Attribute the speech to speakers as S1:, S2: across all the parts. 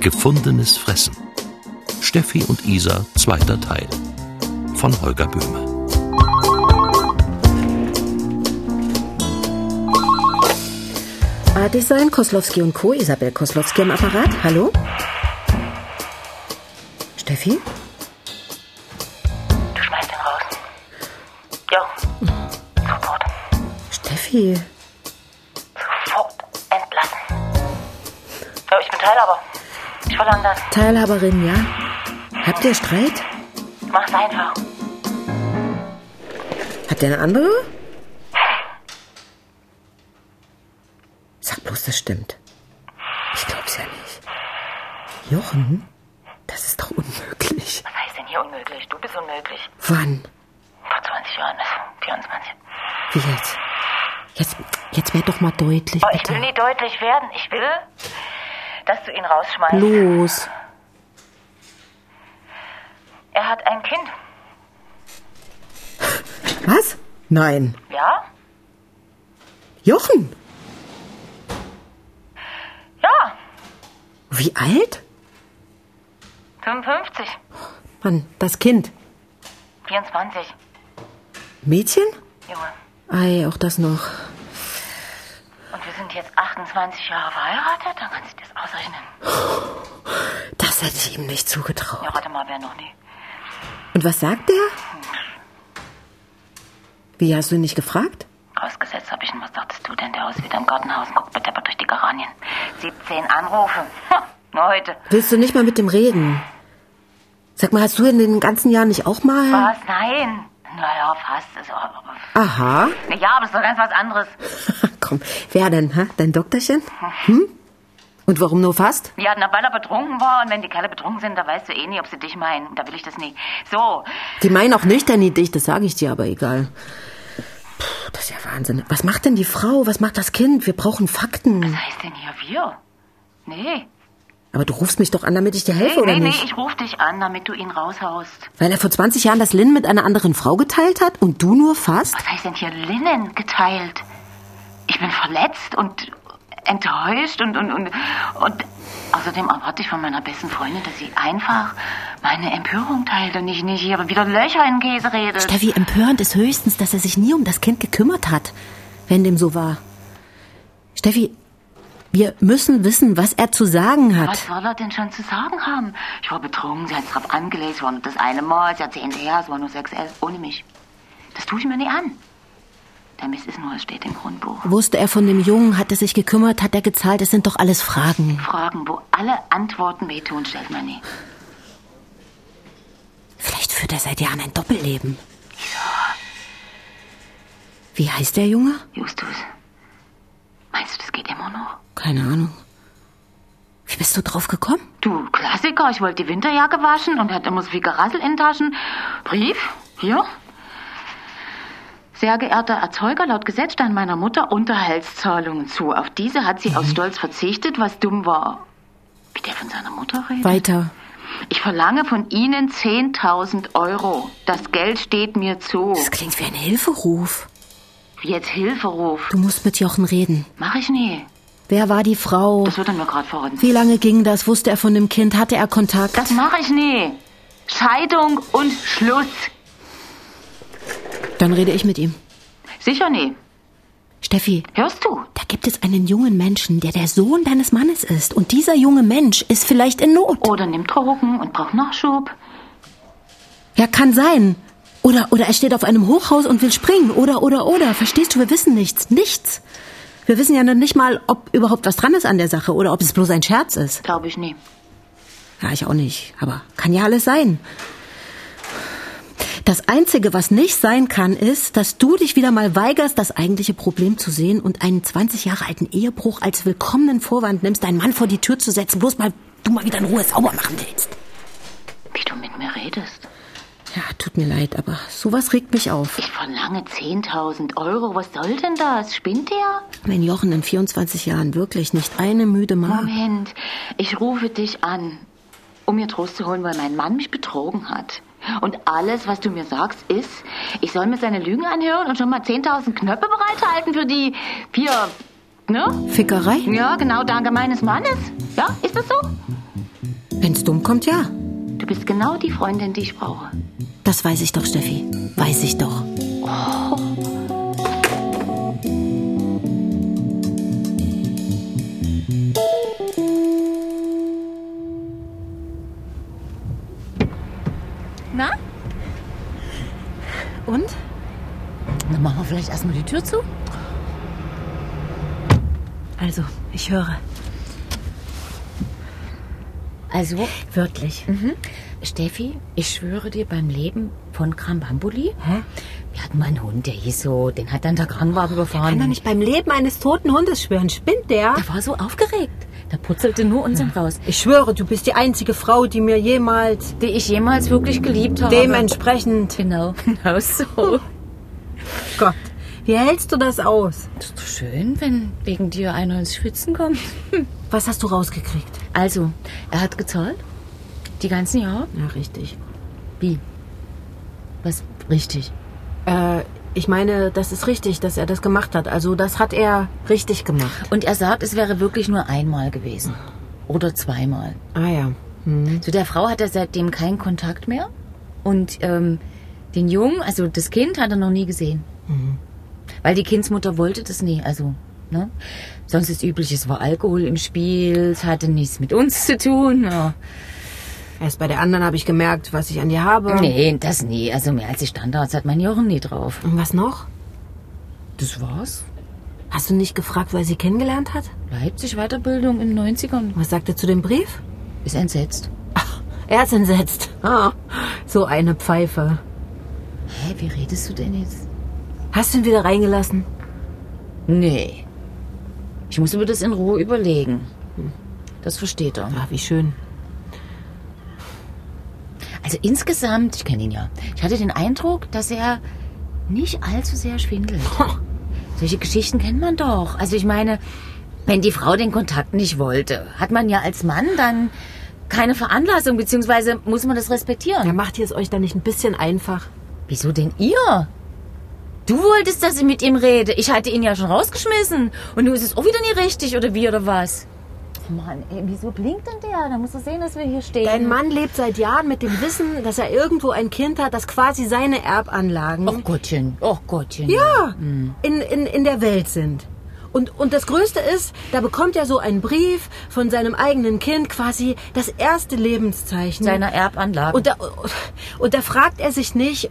S1: Gefundenes Fressen. Steffi und Isa, zweiter Teil. Von Holger Böhme.
S2: A-Design, Koslowski und Co. Isabel Koslowski am Apparat. Hallo? Steffi?
S3: Du schmeißt ihn raus. Jo. Sofort.
S2: Steffi?
S3: Sofort entlassen. Ja, ich bin Teilhaber. Ich verlange das.
S2: Teilhaberin, ja? Habt ihr Streit?
S3: Mach's einfach.
S2: Habt ihr eine andere? Sag bloß, das stimmt. Ich glaub's ja nicht. Jochen? Das ist doch unmöglich.
S3: Was heißt denn hier unmöglich? Du bist unmöglich.
S2: Wann?
S3: Vor 20 Jahren ist 24.
S2: Wie jetzt? Jetzt, jetzt werd doch mal deutlich,
S3: Oh, ich will
S2: bitte.
S3: nie deutlich werden. Ich will, dass du ihn rausschmeißt.
S2: Los.
S3: Er hat ein Kind.
S2: Was? Nein.
S3: Ja?
S2: Jochen?
S3: Ja.
S2: Wie alt?
S3: 55.
S2: Mann, das Kind.
S3: 24.
S2: Mädchen?
S3: Junge.
S2: Ei, auch das noch.
S3: Und wir sind jetzt 28 Jahre verheiratet. Dann kannst du das ausrechnen.
S2: Das hätte ich ihm nicht zugetraut.
S3: Ja, warte mal, wer noch nie.
S2: Und was sagt er? Wie hast du ihn nicht gefragt?
S3: Ausgesetzt habe ich ihn. Was dachtest du denn? Der Haus wieder im Gartenhaus. Guck bitte aber durch die Geranien. 17 Anrufe. Ha, nur heute.
S2: Willst du nicht mal mit dem reden? Sag mal, hast du in den ganzen Jahren nicht auch mal.
S3: Was? Nein. Naja, fast. Ist aber,
S2: Aha.
S3: ja, aber ist doch ganz was anderes.
S2: Komm, wer denn, hä? Dein Doktorchen? Hm? Und warum nur fast?
S3: Ja, na, weil er betrunken war. Und wenn die Kerle betrunken sind, da weißt du eh nie, ob sie dich meinen. Da will ich das nicht. So.
S2: Die meinen auch nüchtern die dich, das sage ich dir, aber egal. Puh, das ist ja Wahnsinn. Was macht denn die Frau? Was macht das Kind? Wir brauchen Fakten.
S3: Was heißt denn hier wir? Nee.
S2: Aber du rufst mich doch an, damit ich dir helfe,
S3: Nee,
S2: oder
S3: nee, nee,
S2: nicht?
S3: ich ruf dich an, damit du ihn raushaust.
S2: Weil er vor 20 Jahren das Linn mit einer anderen Frau geteilt hat und du nur fast?
S3: Was heißt denn hier Linnen geteilt? Ich bin verletzt und enttäuscht und, und, und, und außerdem erwarte ich von meiner besten Freundin, dass sie einfach meine Empörung teilt und nicht, nicht hier wieder Löcher in den Käse redet.
S2: Steffi, empörend ist höchstens, dass er sich nie um das Kind gekümmert hat, wenn dem so war. Steffi, wir müssen wissen, was er zu sagen hat.
S3: Was soll er denn schon zu sagen haben? Ich war betrunken, sie hat es drauf angelegt, es war nur das eine Mal, sie hat sie hinterher, es war nur 6L, ohne mich. Das tue ich mir nicht an. Der Mist ist nur, es steht im Grundbuch.
S2: Wusste er von dem Jungen, hat er sich gekümmert, hat er gezahlt, es sind doch alles Fragen.
S3: Fragen, wo alle Antworten wehtun, stellt man nie.
S2: Vielleicht führt er seit Jahren ein Doppelleben. Wie heißt der Junge?
S3: Justus, meinst du, das geht immer noch?
S2: Keine Ahnung. Wie bist du drauf gekommen?
S3: Du, Klassiker, ich wollte die Winterjacke waschen und hat immer so viel Gerassel in Taschen. Brief, hier. Sehr geehrter Erzeuger, laut Gesetz stehen meiner Mutter Unterhaltszahlungen zu. Auf diese hat sie
S2: Mhm.
S3: aus Stolz verzichtet, was dumm war. Wie der von seiner Mutter redet?
S2: Weiter.
S3: Ich verlange von Ihnen 10.000 Euro. Das Geld steht mir zu.
S2: Das klingt wie ein Hilferuf.
S3: Jetzt Hilferuf.
S2: Du musst mit Jochen reden.
S3: Mach ich nie.
S2: Wer war die Frau?
S3: Das wird er mir gerade verraten.
S2: Wie lange ging das? Wusste er von dem Kind? Hatte er Kontakt?
S3: Das mache ich nie. Scheidung und Schluss.
S2: Dann rede ich mit ihm.
S3: Sicher nie.
S2: Steffi,
S3: Hörst du?
S2: da gibt es einen jungen Menschen, der der Sohn deines Mannes ist. Und dieser junge Mensch ist vielleicht in Not.
S3: Oder nimmt Drogen und braucht Nachschub.
S2: Ja, kann sein. Oder, oder er steht auf einem Hochhaus und will springen. Oder, oder, oder. Verstehst du, wir wissen nichts. Nichts. Wir wissen ja noch nicht mal, ob überhaupt was dran ist an der Sache oder ob es bloß ein Scherz ist.
S3: Glaube ich nie.
S2: Ja, ich auch nicht. Aber kann ja alles sein. Das Einzige, was nicht sein kann, ist, dass du dich wieder mal weigerst, das eigentliche Problem zu sehen und einen 20 Jahre alten Ehebruch als willkommenen Vorwand nimmst, deinen Mann vor die Tür zu setzen, bloß mal du mal wieder in Ruhe sauber machen willst.
S3: Wie du mit mir redest.
S2: Ja, tut mir leid, aber sowas regt mich auf.
S3: Ich verlange 10.000 Euro. Was soll denn das? Spinnt der?
S2: Wenn Jochen in 24 Jahren wirklich nicht eine müde Mal.
S3: Moment, ich rufe dich an, um mir Trost zu holen, weil mein Mann mich betrogen hat. Und alles, was du mir sagst, ist, ich soll mir seine Lügen anhören und schon mal 10.000 Knöpfe bereithalten für die vier, ne?
S2: Fickerei?
S3: Ja, genau, danke meines Mannes. Ja, ist das so?
S2: Wenn's dumm kommt, ja.
S3: Du bist genau die Freundin, die ich brauche.
S2: Das weiß ich doch, Steffi. Weiß ich doch.
S4: Na?
S2: Und?
S4: Dann machen wir vielleicht erstmal die Tür zu.
S2: Also, ich höre.
S4: Also,
S2: Wirklich.
S4: Steffi, ich schwöre dir beim Leben von Krambambuli. Hä? Wir hatten mal einen Hund, der hieß so, den hat dann der Kranwagen überfahren.
S2: Kann doch nicht beim Leben eines toten Hundes schwören. Spinnt der?
S4: Der war so aufgeregt. Der putzelte nur Unsinn raus,
S2: Ich schwöre, du bist die einzige Frau, die mir jemals
S4: die ich jemals wirklich geliebt habe.
S2: dementsprechend.
S4: Genau, genau so.
S2: Gott, wie hältst du das aus?
S4: Das ist doch schön, wenn wegen dir einer ins Schwitzen kommt.
S2: Was hast du rausgekriegt?
S4: Also, er hat gezahlt. Die ganzen Jahre.
S2: Ja, richtig.
S4: Wie? Was? Richtig.
S2: Äh, ich meine, das ist richtig, dass er das gemacht hat. Also, das hat er richtig gemacht.
S4: Und er sagt, es wäre wirklich nur einmal gewesen. Oder zweimal.
S2: Ah, ja. Hm.
S4: Zu der Frau Oh, hat er seitdem keinen Kontakt mehr. Und ähm, den Jungen, also das Kind, hat er noch nie gesehen. Weil die Kindsmutter wollte das nie. Also, ne? Sonst ist üblich, es war Alkohol im Spiel, es hatte nichts mit uns zu tun. Ja.
S2: Erst bei der anderen habe ich gemerkt, was ich an dir habe.
S4: Nee, das nie. Also mehr als die Standards hat mein Jochen nie drauf.
S2: Und was noch?
S4: Das war's.
S2: Hast du nicht gefragt, wo er sie kennengelernt hat?
S4: Leipzig Weiterbildung in 90ern.
S2: Was sagt er zu dem Brief?
S4: Ist entsetzt.
S2: Ach, er ist entsetzt. Ah, so eine Pfeife.
S4: Hä, wie redest du denn jetzt?
S2: Hast du ihn wieder reingelassen?
S4: Nee. Ich muss mir das in Ruhe überlegen. Das versteht er.
S2: Ach, Ah, wie schön.
S4: Also insgesamt, ich kenne ihn ja, ich hatte den Eindruck, dass er nicht allzu sehr schwindelt. Solche Geschichten kennt man doch. Also ich meine, wenn die Frau den Kontakt nicht wollte, hat man ja als Mann dann keine Veranlassung, beziehungsweise muss man das respektieren.
S2: Ja, macht ihr es euch dann nicht ein bisschen einfach?
S4: Wieso denn ihr? Du wolltest, dass ich mit ihm rede. Ich hatte ihn ja schon rausgeschmissen. Und nun ist es auch wieder nie richtig, oder wie, oder was? Mann, ey, wieso blinkt denn der? Da musst du sehen, dass wir hier stehen.
S2: Dein Mann lebt seit Jahren mit dem Wissen, dass er irgendwo ein Kind hat, das quasi seine Erbanlagen
S4: Och Gottchen, oh Gottchen.
S2: ja, Ah, in, in, in der Welt sind. Und, und das Größte ist, da bekommt er so einen Brief von seinem eigenen Kind, quasi das erste Lebenszeichen.
S4: Seiner Erbanlage.
S2: und, da, und da fragt er sich nicht,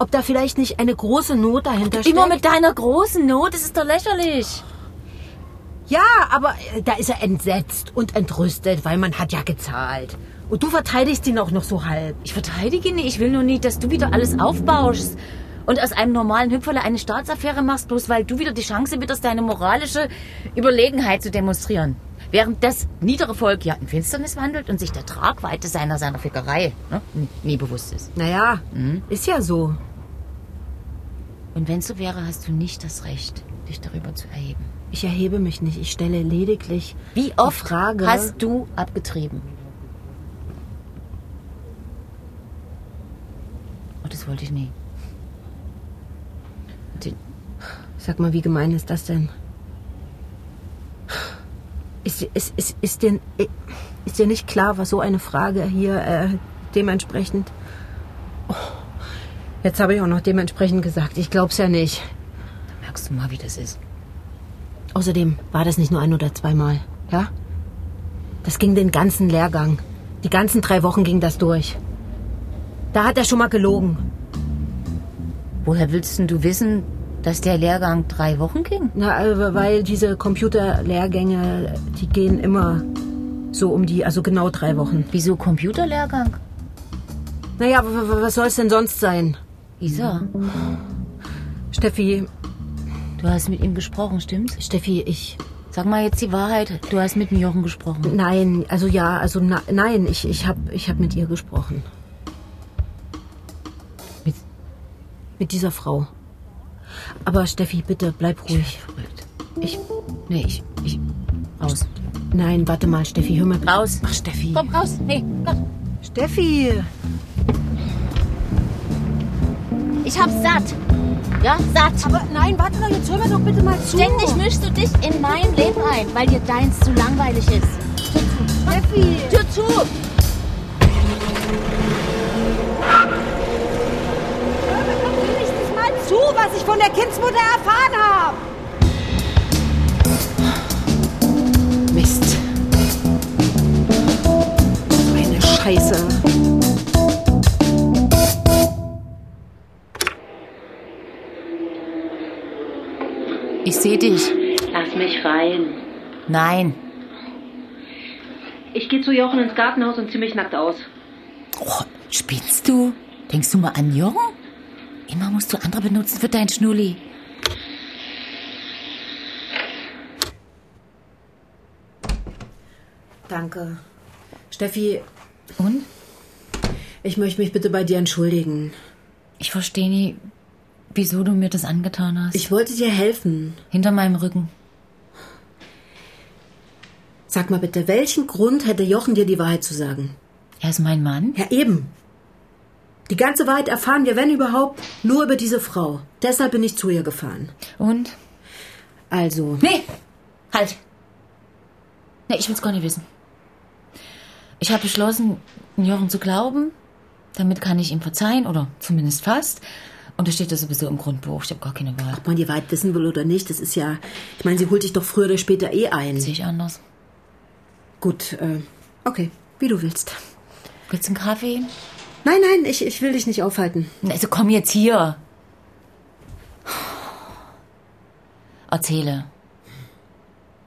S2: ob da vielleicht nicht eine große Not dahinter steckt.
S4: immer mit deiner großen Not, das ist doch lächerlich.
S2: Ja, aber äh, da ist er entsetzt und entrüstet, weil man hat ja gezahlt. Und du verteidigst ihn auch noch so halb.
S4: Ich verteidige ihn nicht. Ich will nur nicht, dass du wieder alles aufbauschst. Und aus einem normalen Hüpferle eine Staatsaffäre machst, bloß weil du wieder die Chance bitterst, deine moralische Überlegenheit zu demonstrieren. Während das niedere Volk ja in Finsternis wandelt und sich der Tragweite seiner, seiner Fickerei ne, nie bewusst ist.
S2: Naja,
S4: Hm?
S2: ist ja so.
S4: Und wenn so wäre, hast du nicht das Recht, dich darüber zu erheben.
S2: Ich erhebe mich nicht. Ich stelle lediglich
S4: Wie
S2: die
S4: oft
S2: Frage.
S4: hast du abgetrieben? Oh, das wollte ich nie. Den,
S2: Sag mal, wie gemein ist das denn? Ist, ist, ist, ist, dir, ist dir nicht klar, was so eine Frage hier äh, dementsprechend. Oh, jetzt habe ich auch noch dementsprechend gesagt. Ich glaub's ja nicht.
S4: merkst du mal, wie das ist?
S2: Außerdem war das nicht nur ein oder zweimal, ja? Das ging den ganzen Lehrgang. Die ganzen drei Wochen ging das durch. Da hat er schon mal gelogen.
S4: Woher willst denn du wissen, dass der Lehrgang drei Wochen ging?
S2: Na, äh, weil diese Computerlehrgänge, die gehen immer so um die, also genau drei Wochen.
S4: Wieso Computerlehrgang?
S2: Naja, w- w- was soll es denn sonst sein?
S4: Isa,
S2: Steffi,
S4: du hast mit ihm gesprochen, stimmt's?
S2: Steffi, ich.
S4: Sag mal jetzt die Wahrheit. Du hast mit dem Jochen gesprochen.
S2: Nein, also ja, also na, nein, ich, ich hab, ich hab mit ihr gesprochen.
S4: Mit-
S2: Mit dieser Frau. Aber Steffi, bitte, bleib ruhig.
S4: Verrückt.
S2: Ich.
S4: Nee, ich. ich raus.
S2: Nein, warte mal, Steffi, hör mal. bitte-
S4: Raus.
S2: Ach, Steffi.
S4: Komm raus. Nee, komm.
S2: Steffi!
S5: Ich hab's satt. Ja, satt.
S2: Aber nein, warte doch, jetzt hör mir doch bitte mal zu.
S4: Oh.
S5: Ständig mischst du dich in mein Leben ein, weil dir deins zu langweilig ist.
S2: Steffi!
S5: Tür zu!
S6: Wenigstens mal zu, was ich von der Kindsmutter erfahren habe.
S2: Mist. Meine Scheiße.
S4: Ich sehe dich.
S7: Lass mich rein.
S4: Nein.
S7: Ich gehe zu Jochen ins Gartenhaus und zieh mich nackt aus.
S4: Oh, spinnst du? Denkst du mal an Jürgen? Immer musst du andere benutzen für dein Schnulli.
S2: Danke. Steffi,
S4: Und?
S2: ich möchte mich bitte bei dir entschuldigen.
S4: Ich verstehe nie, wieso du mir das angetan hast.
S2: Ich wollte dir helfen.
S4: Hinter meinem Rücken.
S2: Sag mal bitte, welchen Grund hätte Jochen dir die Wahrheit zu sagen?
S4: Er ist mein Mann.
S2: Ja, eben. Die ganze Wahrheit erfahren wir, wenn überhaupt, nur über diese Frau. Deshalb bin ich zu ihr gefahren.
S4: Und?
S2: Also,
S4: Nee! Halt! Nee, ich will's gar nicht wissen. Ich habe beschlossen, Jürgen zu glauben. Damit kann ich ihm verzeihen, oder zumindest fast. Und da steht das sowieso im Grundbuch. Ich habe gar keine Wahl.
S2: ob man die Wahrheit wissen will oder nicht, das ist ja. Ich meine, sie holt dich doch früher oder später eh ein.
S4: Sehe ich anders.
S2: Gut, äh, okay, wie du willst.
S4: Willst du einen Kaffee?
S2: Nein, nein, ich, ich will dich nicht aufhalten.
S4: Na, Also komm jetzt hier. Erzähle.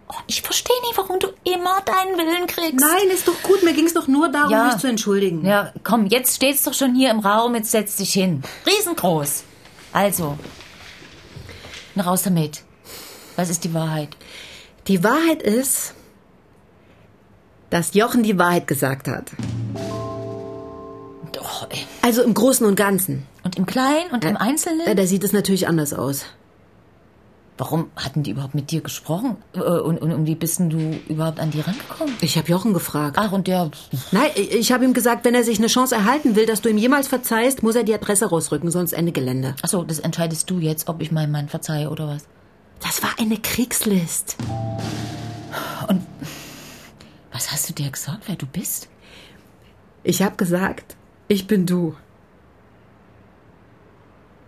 S4: Oh, ich verstehe nicht, warum du immer deinen Willen kriegst.
S2: Nein, ist doch gut. Mir ging es doch nur darum,
S4: Ja.
S2: mich zu entschuldigen.
S4: Ja, komm, jetzt steht's doch schon hier im Raum, jetzt setz dich hin. Riesengroß. Also, na raus damit. Was ist die Wahrheit?
S2: Die Wahrheit ist, dass Jochen die Wahrheit gesagt hat.
S4: Doch, ey.
S2: Also im Großen und Ganzen.
S4: Und im Kleinen und im
S2: Äh,
S4: Einzelnen?
S2: da sieht es natürlich anders aus.
S4: Warum hatten die überhaupt mit dir gesprochen? Äh, Und, und, und wie bist denn du überhaupt an die rangekommen?
S2: Ich habe Jochen gefragt.
S4: Ach, und der...
S2: Nein, ich- ich habe ihm gesagt, wenn er sich eine Chance erhalten will, dass du ihm jemals verzeihst, muss er die Adresse rausrücken, sonst Ende Gelände.
S4: Ach so, das entscheidest du jetzt, ob ich meinem Mann verzeihe oder was.
S2: Das war eine Kriegslist.
S4: Was hast du dir gesagt, wer du bist?
S2: Ich habe gesagt, ich bin du.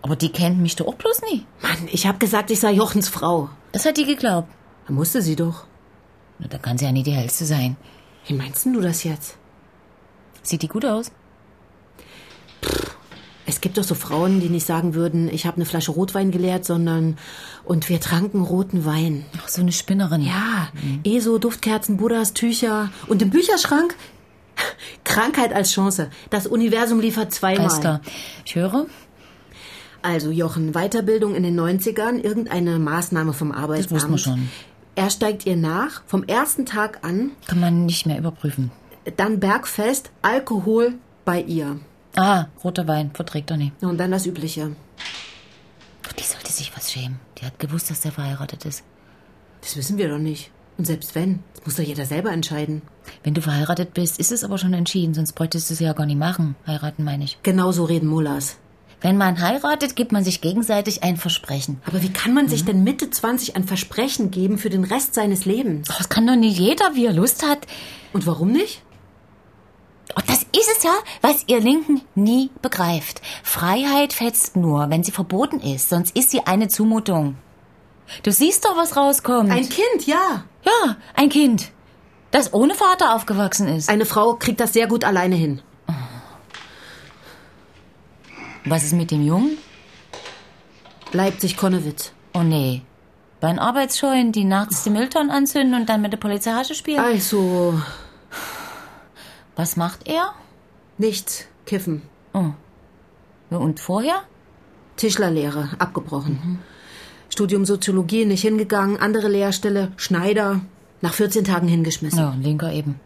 S4: Aber die kennen mich doch auch bloß nie.
S2: Mann, ich habe gesagt, ich sei Jochens Frau.
S4: Das hat die geglaubt.
S2: Da musste sie doch.
S4: Na, da kann sie ja nicht die hellste sein.
S2: Wie meinst denn du das jetzt?
S4: Sieht die gut aus?
S2: Es gibt doch so Frauen, die nicht sagen würden, ich habe eine Flasche Rotwein geleert, sondern und wir tranken roten Wein.
S4: Ach, so eine Spinnerin.
S2: Ja,
S4: Mhm.
S2: ESO, Duftkerzen, Buddhas, Tücher und im Bücherschrank Krankheit als Chance. Das Universum liefert zweimal.
S4: Alles klar. Ich höre,
S2: Also Jochen, Weiterbildung in den 90ern, irgendeine Maßnahme vom Arbeitsamt.
S4: wussten wir schon.
S2: Er steigt ihr nach, vom ersten Tag an,
S4: kann man nicht mehr überprüfen.
S2: dann Bergfest, Alkohol bei ihr.
S4: Ah, roter Wein, verträgt er nicht.
S2: Und dann das Übliche.
S4: Die sollte sich was schämen. Die hat gewusst, dass der verheiratet ist.
S2: Das wissen wir doch nicht. Und selbst wenn, das muss doch jeder selber entscheiden.
S4: Wenn du verheiratet bist, ist es aber schon entschieden, sonst bräuchtest du es ja gar nicht machen. Heiraten meine ich.
S2: Genauso reden Mullers.
S4: Wenn man heiratet, gibt man sich gegenseitig ein Versprechen.
S2: Aber wie kann man sich
S4: Mhm.
S2: denn Mitte 20 ein Versprechen geben für den Rest seines Lebens?
S4: Oh, das kann doch nicht jeder, wie er Lust hat.
S2: Und warum nicht?
S4: Und das ist es ja, was ihr Linken nie begreift. Freiheit fetzt nur, wenn sie verboten ist, sonst ist sie eine Zumutung. Du siehst doch, was rauskommt.
S2: Ein Kind, ja.
S4: ja, ein Kind, das ohne Vater aufgewachsen ist.
S2: Eine Frau kriegt das sehr gut alleine hin.
S4: was ist mit dem Jungen?
S2: Leipzig-Konnewitz.
S4: Oh nee. Bei den Arbeitsscheuen, die nachts die Mülltonnen anzünden und dann mit der Polizei Hasche spielen.
S2: Also,
S4: Was macht er?
S2: nichts. Kiffen.
S4: Ja, Und vorher?
S2: Tischlerlehre, abgebrochen.
S4: Mhm.
S2: Studium Soziologie, nicht hingegangen. Andere Lehrstelle, Schneider, nach 14 Tagen hingeschmissen.
S4: Ja, ein Linker eben.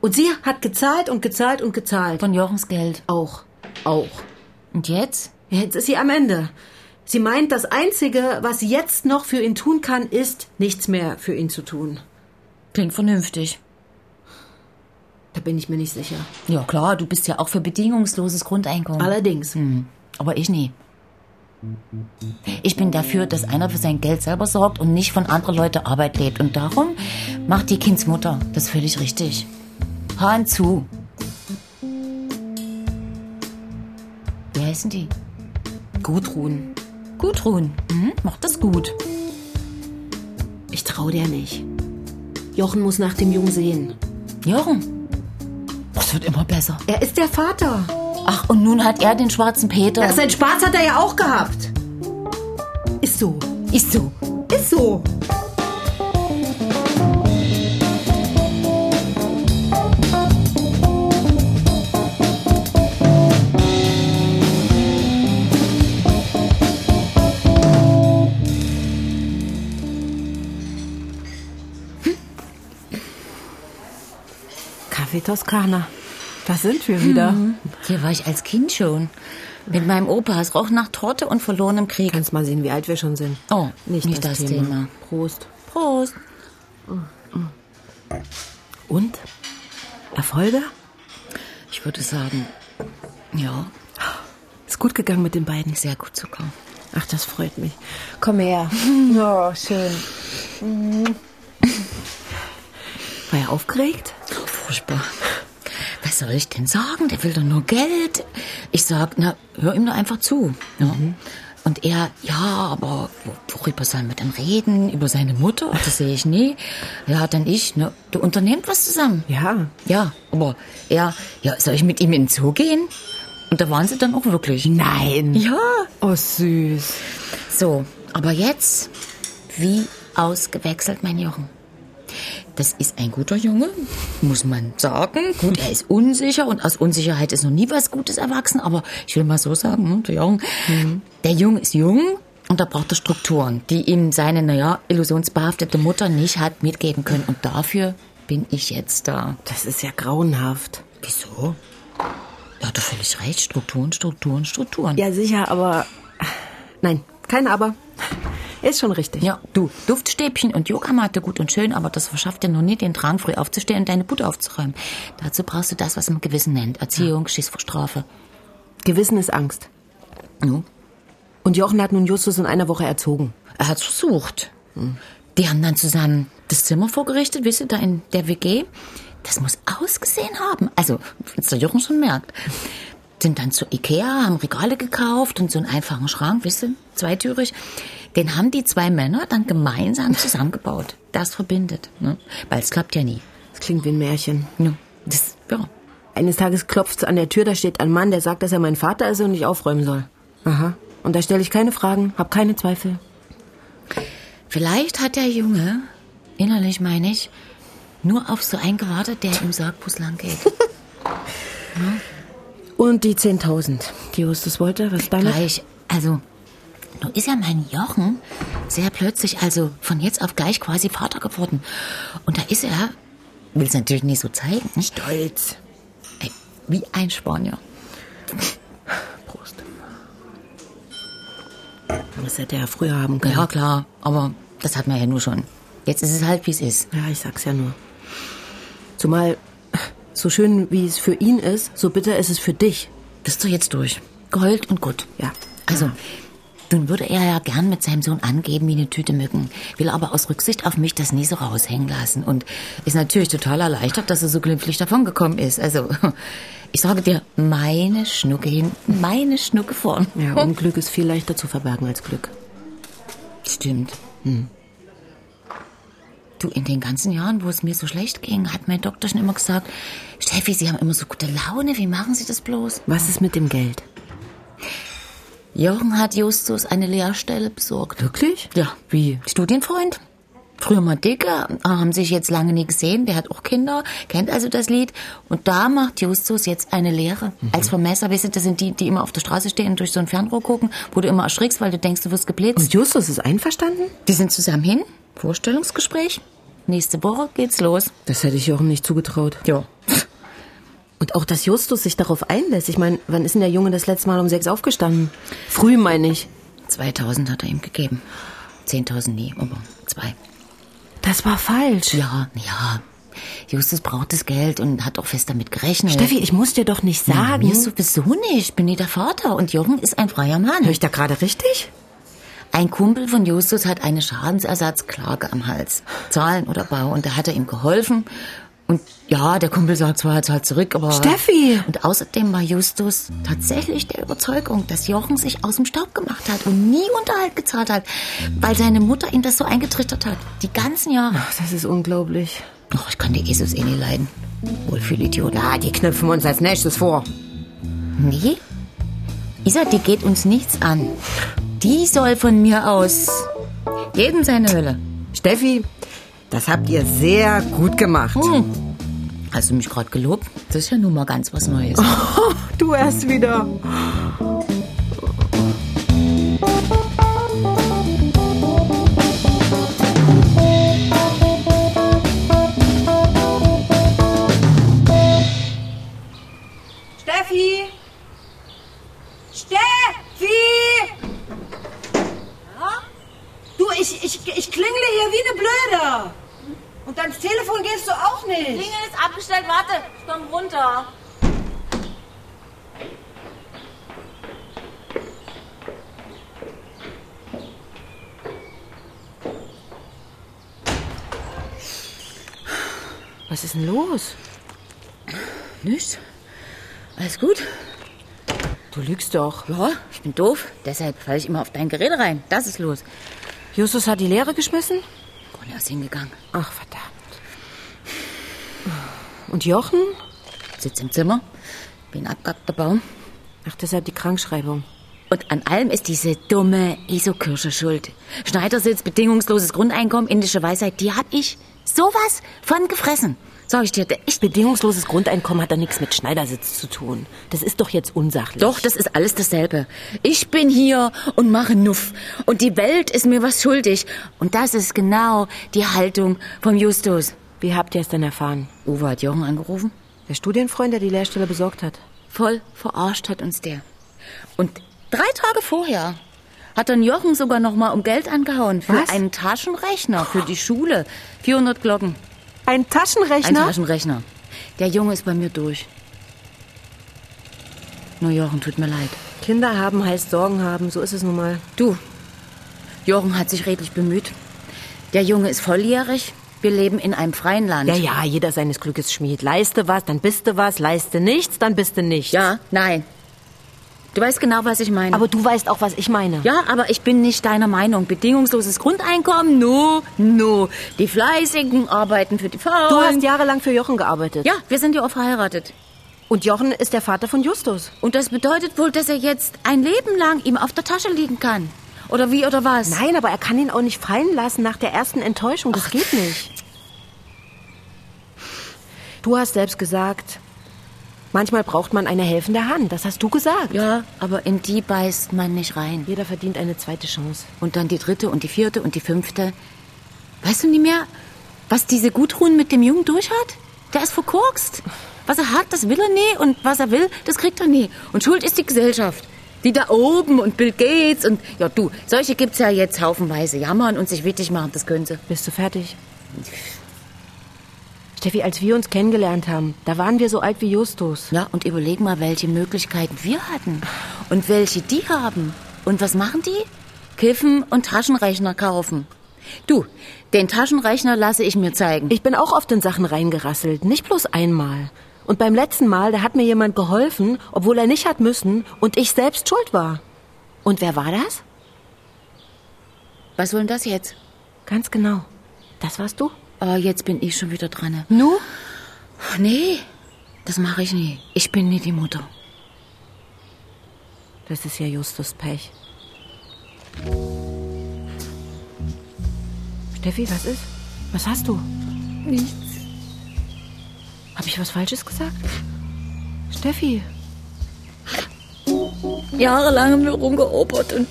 S2: Und sie hat gezahlt und gezahlt und gezahlt.
S4: Von Jochens Geld.
S2: auch. Auch.
S4: Und jetzt?
S2: Jetzt ist sie am Ende. Sie meint, das Einzige, was sie jetzt noch für ihn tun kann, ist, nichts mehr für ihn zu tun.
S4: Klingt vernünftig.
S2: Da bin ich mir nicht sicher.
S4: Ja klar, du bist ja auch für bedingungsloses Grundeinkommen.
S2: Allerdings.
S4: Hm. Aber ich nie. Ich bin dafür, dass einer für sein Geld selber sorgt und nicht von anderen Leuten Arbeit lebt. Und darum macht die Kindsmutter das völlig richtig. Hahn zu. heißen die?
S2: Gudrun,
S4: Gudrun. Hm? Macht das gut.
S2: ich trau dir nicht. Jochen muss nach dem Jungen sehen.
S4: Jochen. Das wird immer besser.
S2: Er ist der Vater.
S4: Ach, und nun hat er den schwarzen Peter.
S2: Sein Spaß hat er ja auch gehabt. Ist so.
S4: ist so.
S2: Ist so. Hm. Kaffee Toskana. Da sind wir wieder.
S4: Hm. Hier war ich als Kind schon. Mit meinem Opa. Es roch nach Torte und verlorenem Krieg.
S2: Kannst mal sehen, wie alt wir schon sind.
S4: Oh, nicht das Thema.
S2: Prost.
S4: Prost.
S2: Und? Erfolge?
S4: Ich würde sagen, ja,
S2: Ist gut gegangen mit den beiden.
S4: sehr gut sogar.
S2: Ach, das freut mich.
S8: Komm her. Oh, schön.
S2: Mhm. War er aufgeregt?
S4: Furchtbar. Was soll ich denn sagen? Der will doch nur Geld. Ich sag, na, hör ihm doch einfach zu. Ja. Und er, ja, aber wo- worüber sollen wir denn reden? Über seine Mutter? Das sehe ich nie. Ja, dann ich, ne? Du unternehmt was zusammen.
S2: Ja.
S4: Ja, aber er, ja, soll ich mit ihm in den Zoo gehen? Und da waren sie dann auch wirklich.
S2: Nein.
S4: Ja.
S2: Oh, süß.
S4: So, aber jetzt, wie ausgewechselt mein Jochen. Das ist ein guter Junge, muss man sagen. Gut, er ist unsicher und aus Unsicherheit ist noch nie was Gutes erwachsen, aber ich will mal so sagen, hm, der Junge, der Junge ist jung und da braucht er Strukturen, die ihm seine, naja, illusionsbehaftete Mutter nicht hat mitgeben können. Und dafür bin ich jetzt da.
S2: Das ist ja grauenhaft.
S4: Wieso? Ja, du völlig recht. Strukturen, Strukturen, Strukturen.
S2: Ja, sicher, aber. Nein, kein Aber. Ist schon richtig.
S4: Ja, du, Duftstäbchen und Yogamatte gut und schön, aber das verschafft dir noch nie den Drang, früh aufzustehen und deine Bude aufzuräumen. Dazu brauchst du das, was man Gewissen nennt. Erziehung, Schiss vor Strafe.
S2: Gewissen ist Angst.
S4: Nu,
S2: Und Jochen hat nun Justus in einer Woche erzogen.
S4: er hat's versucht. Die haben dann zusammen das Zimmer vorgerichtet, wisst ihr, da in der WG. Das muss ausgesehen haben. Also, wenn's der Jochen schon merkt. Sind dann zu Ikea, haben Regale gekauft und so einen einfachen Schrank, wisst ihr, zweitürig. Den haben die zwei Männer dann gemeinsam zusammengebaut. Das verbindet, ne? Weil es klappt ja nie.
S2: Das klingt wie ein Märchen.
S4: Ja, das, ja.
S2: Eines Tages klopft's an der Tür, da steht ein Mann, der sagt, dass er mein Vater ist und ich aufräumen soll. Aha. Und da stelle ich keine Fragen, hab keine Zweifel.
S4: Vielleicht hat der Junge, innerlich meine ich, nur auf so einen gewartet, der im sagt, wo es lang geht.
S2: Und die 10.000, die Justus wollte, was damit?
S4: Gleich, also, nun ist ja mein Jochen sehr plötzlich, also von jetzt auf gleich quasi Vater geworden. Und da ist er, will es natürlich nicht so zeigen, nicht?
S2: Stolz.
S4: Ey, wie ein Spanier.
S2: Prost. Das hätte er früher haben können.
S4: Ja, klar, aber das hat man ja nur schon. Jetzt ist es halt, wie es ist.
S2: Ja, ich sag's ja nur. Zumal, so schön wie es für ihn ist, so bitter ist es für dich.
S4: Bist du jetzt durch? Geheult und gut.
S2: Ja.
S4: Also, nun würde er ja gern mit seinem Sohn angeben wie eine Tüte Mücken, will aber aus Rücksicht auf mich das nie so raushängen lassen und ist natürlich total erleichtert, dass er so glimpflich davongekommen ist. Also, ich sage dir, meine Schnucke hinten, meine Schnucke vorn.
S2: Ja, Unglück ist viel leichter zu verbergen als Glück.
S4: Stimmt. Hm. Du, in den ganzen Jahren, wo es mir so schlecht ging, hat mein Doktor schon immer gesagt, Steffi, Sie haben immer so gute Laune, wie machen Sie das bloß?
S2: Was ist mit dem Geld?
S4: Jochen hat Justus eine Lehrstelle besorgt.
S2: Wirklich?
S4: Ja.
S2: Wie?
S4: Studienfreund. Früher mal dicker, haben sich jetzt lange nie gesehen. Der hat auch Kinder, kennt also das Lied. Und da macht Justus jetzt eine Lehre. Als Vermesser, weißt du, das sind die, die immer auf der Straße stehen und durch so ein Fernrohr gucken, wo du immer erschrickst, weil du denkst, du wirst geblitzt.
S2: Und Justus ist einverstanden?
S4: die sind zusammen hin. Vorstellungsgespräch. Nächste Woche geht's los.
S2: Das hätte ich Jochen nicht zugetraut.
S4: Ja.
S2: Und auch, dass Justus sich darauf einlässt. Ich meine, wann ist denn der Junge das letzte Mal um sechs aufgestanden? Früh, meine ich.
S4: 2000 hat er ihm gegeben. 10.000 nie, aber zwei.
S2: Das war falsch.
S4: Ja, ja. Justus braucht das Geld und hat auch fest damit gerechnet.
S2: Steffi, ich muss dir doch nicht sagen.
S4: Mir sowieso nicht. Bin ich der Vater und Jochen ist ein freier
S2: Hör
S4: Mann.
S2: ich da gerade richtig?
S4: Ein Kumpel von Justus hat eine Schadensersatzklage am Hals. Zahlen oder Bau. Und da hat er ihm geholfen. Und Ja, der Kumpel sagt zwar, er zahlt zurück, aber...
S9: Steffi!
S4: Und außerdem war Justus tatsächlich der Überzeugung, dass Jochen sich aus dem Staub gemacht hat und nie Unterhalt gezahlt hat, weil seine Mutter ihm das so eingetrichtert hat. Die ganzen Jahre.
S2: Ach, das ist unglaublich.
S4: Ach, ich kann die Jesus eh nie leiden. Wohl für Idioten.
S2: Na, die knüpfen uns Äh, als nächstes vor.
S4: Nee. Isa, die geht uns nichts an. Die soll von mir aus jedem seine Hölle.
S2: Steffi, das habt ihr sehr gut gemacht.
S4: Hast du mich gerade gelobt? Das ist ja nun mal ganz was Neues.
S2: Du erst wieder.
S10: Steffi! Steffi! Ja? Du, ich, ich, ich klingle hier wie eine Blöde. Und ans Telefon gehst du auch nicht.
S5: Klingel ist abgestellt, warte, ich komm runter.
S2: Was ist denn los?
S4: Nichts? Alles gut?
S2: Du lügst doch.
S4: Ja, ich bin doof. Deshalb falle ich immer auf dein Gerät rein. Das ist los.
S2: Justus hat die Lehre geschmissen?
S4: Conny ist hingegangen.
S2: Ach, verdammt. Und Jochen?
S4: Sitzt im Zimmer, wie ein abgehackter Baum.
S2: Ach, deshalb die Krankschreibung.
S4: Und an allem ist diese dumme ISO-Kirsche schuld. Schneidersitz, bedingungsloses Grundeinkommen, indische Weisheit, die hab ich sowas von gefressen. Sag ich dir, ich
S2: Bedingungsloses Grundeinkommen hat da nichts mit Schneidersitz zu tun. Das ist doch jetzt unsachlich.
S4: Doch, das ist alles dasselbe. Ich bin hier und mache Nuff. Und die Welt ist mir was schuldig. Und das ist genau die Haltung vom Justus.
S2: Wie habt ihr es denn erfahren?
S4: Uwe hat Jochen angerufen.
S2: Der Studienfreund, der die Lehrstelle besorgt hat.
S4: Voll verarscht hat uns der. Und drei Tage vorher hat dann Jochen sogar noch mal um Geld angehauen. Für
S2: Was?
S4: einen Taschenrechner für die Schule. 400 Glocken.
S2: Ein
S4: Ein
S2: Taschenrechner?
S4: Taschenrechner. Der Junge ist bei mir durch. Nur Jochen, tut mir leid.
S2: Kinder haben heißt Sorgen haben, so ist es nun mal.
S4: Du, Jochen hat sich redlich bemüht. Der Junge ist volljährig. Wir leben in einem freien Land.
S2: Ja, ja, jeder seines Glückes Schmied. Leiste was, dann bist du was, leiste nichts, dann bist du nichts.
S4: Ja, nein. Du weißt genau, was ich meine.
S2: Aber du weißt auch, was ich meine.
S4: ja, aber ich bin nicht deiner Meinung. Bedingungsloses Grundeinkommen? No, no. Die Fleißigen arbeiten für die Faulen.
S2: Du hast jahrelang für Jochen gearbeitet.
S4: ja, wir sind ja auch verheiratet.
S2: Und Jochen ist der Vater von Justus.
S4: Und das bedeutet wohl, dass er jetzt ein Leben lang ihm auf der Tasche liegen kann. Oder wie oder was?
S2: Nein, aber er kann ihn auch nicht fallen lassen nach der ersten Enttäuschung. Das geht nicht. Du hast selbst gesagt, manchmal braucht man eine helfende Hand. Das hast du gesagt.
S4: Ja, aber in die beißt man nicht rein.
S2: Jeder verdient eine zweite Chance.
S4: Und dann die dritte und die vierte und die fünfte. Weißt du nicht mehr, was diese Gudrun mit dem Jungen durchhat? Der ist verkorkst. Was er hat, das will er nie und was er will, das kriegt er nie. Und schuld ist die Gesellschaft. Die da oben und Bill Gates und ja du, solche gibt's ja jetzt haufenweise. Jammern und sich wichtig machen, das können sie.
S2: Bist du fertig? Steffi, als wir uns kennengelernt haben, da waren wir so alt wie Justus.
S4: Ja, und überleg mal, welche Möglichkeiten wir hatten und welche die haben. Und was machen die? Kiffen und Taschenrechner kaufen. Du, den Taschenrechner lasse ich mir zeigen.
S2: Ich bin auch oft in Sachen reingerasselt, nicht bloß einmal. Und beim letzten Mal, da hat mir jemand geholfen, obwohl er nicht hat müssen und ich selbst schuld war. Und wer war das?
S4: Was soll denn das jetzt?
S2: Ganz genau. Das warst du?
S4: Oh, jetzt bin ich schon wieder dran.
S2: Nu?
S4: Nee, das mache ich nie. Ich bin nie die Mutter.
S2: Das ist ja Justus Pech. Steffi, was ist? Was hast du? Nichts. Habe ich was Falsches gesagt? Steffi,
S4: Jahrelang haben wir rumgeobert und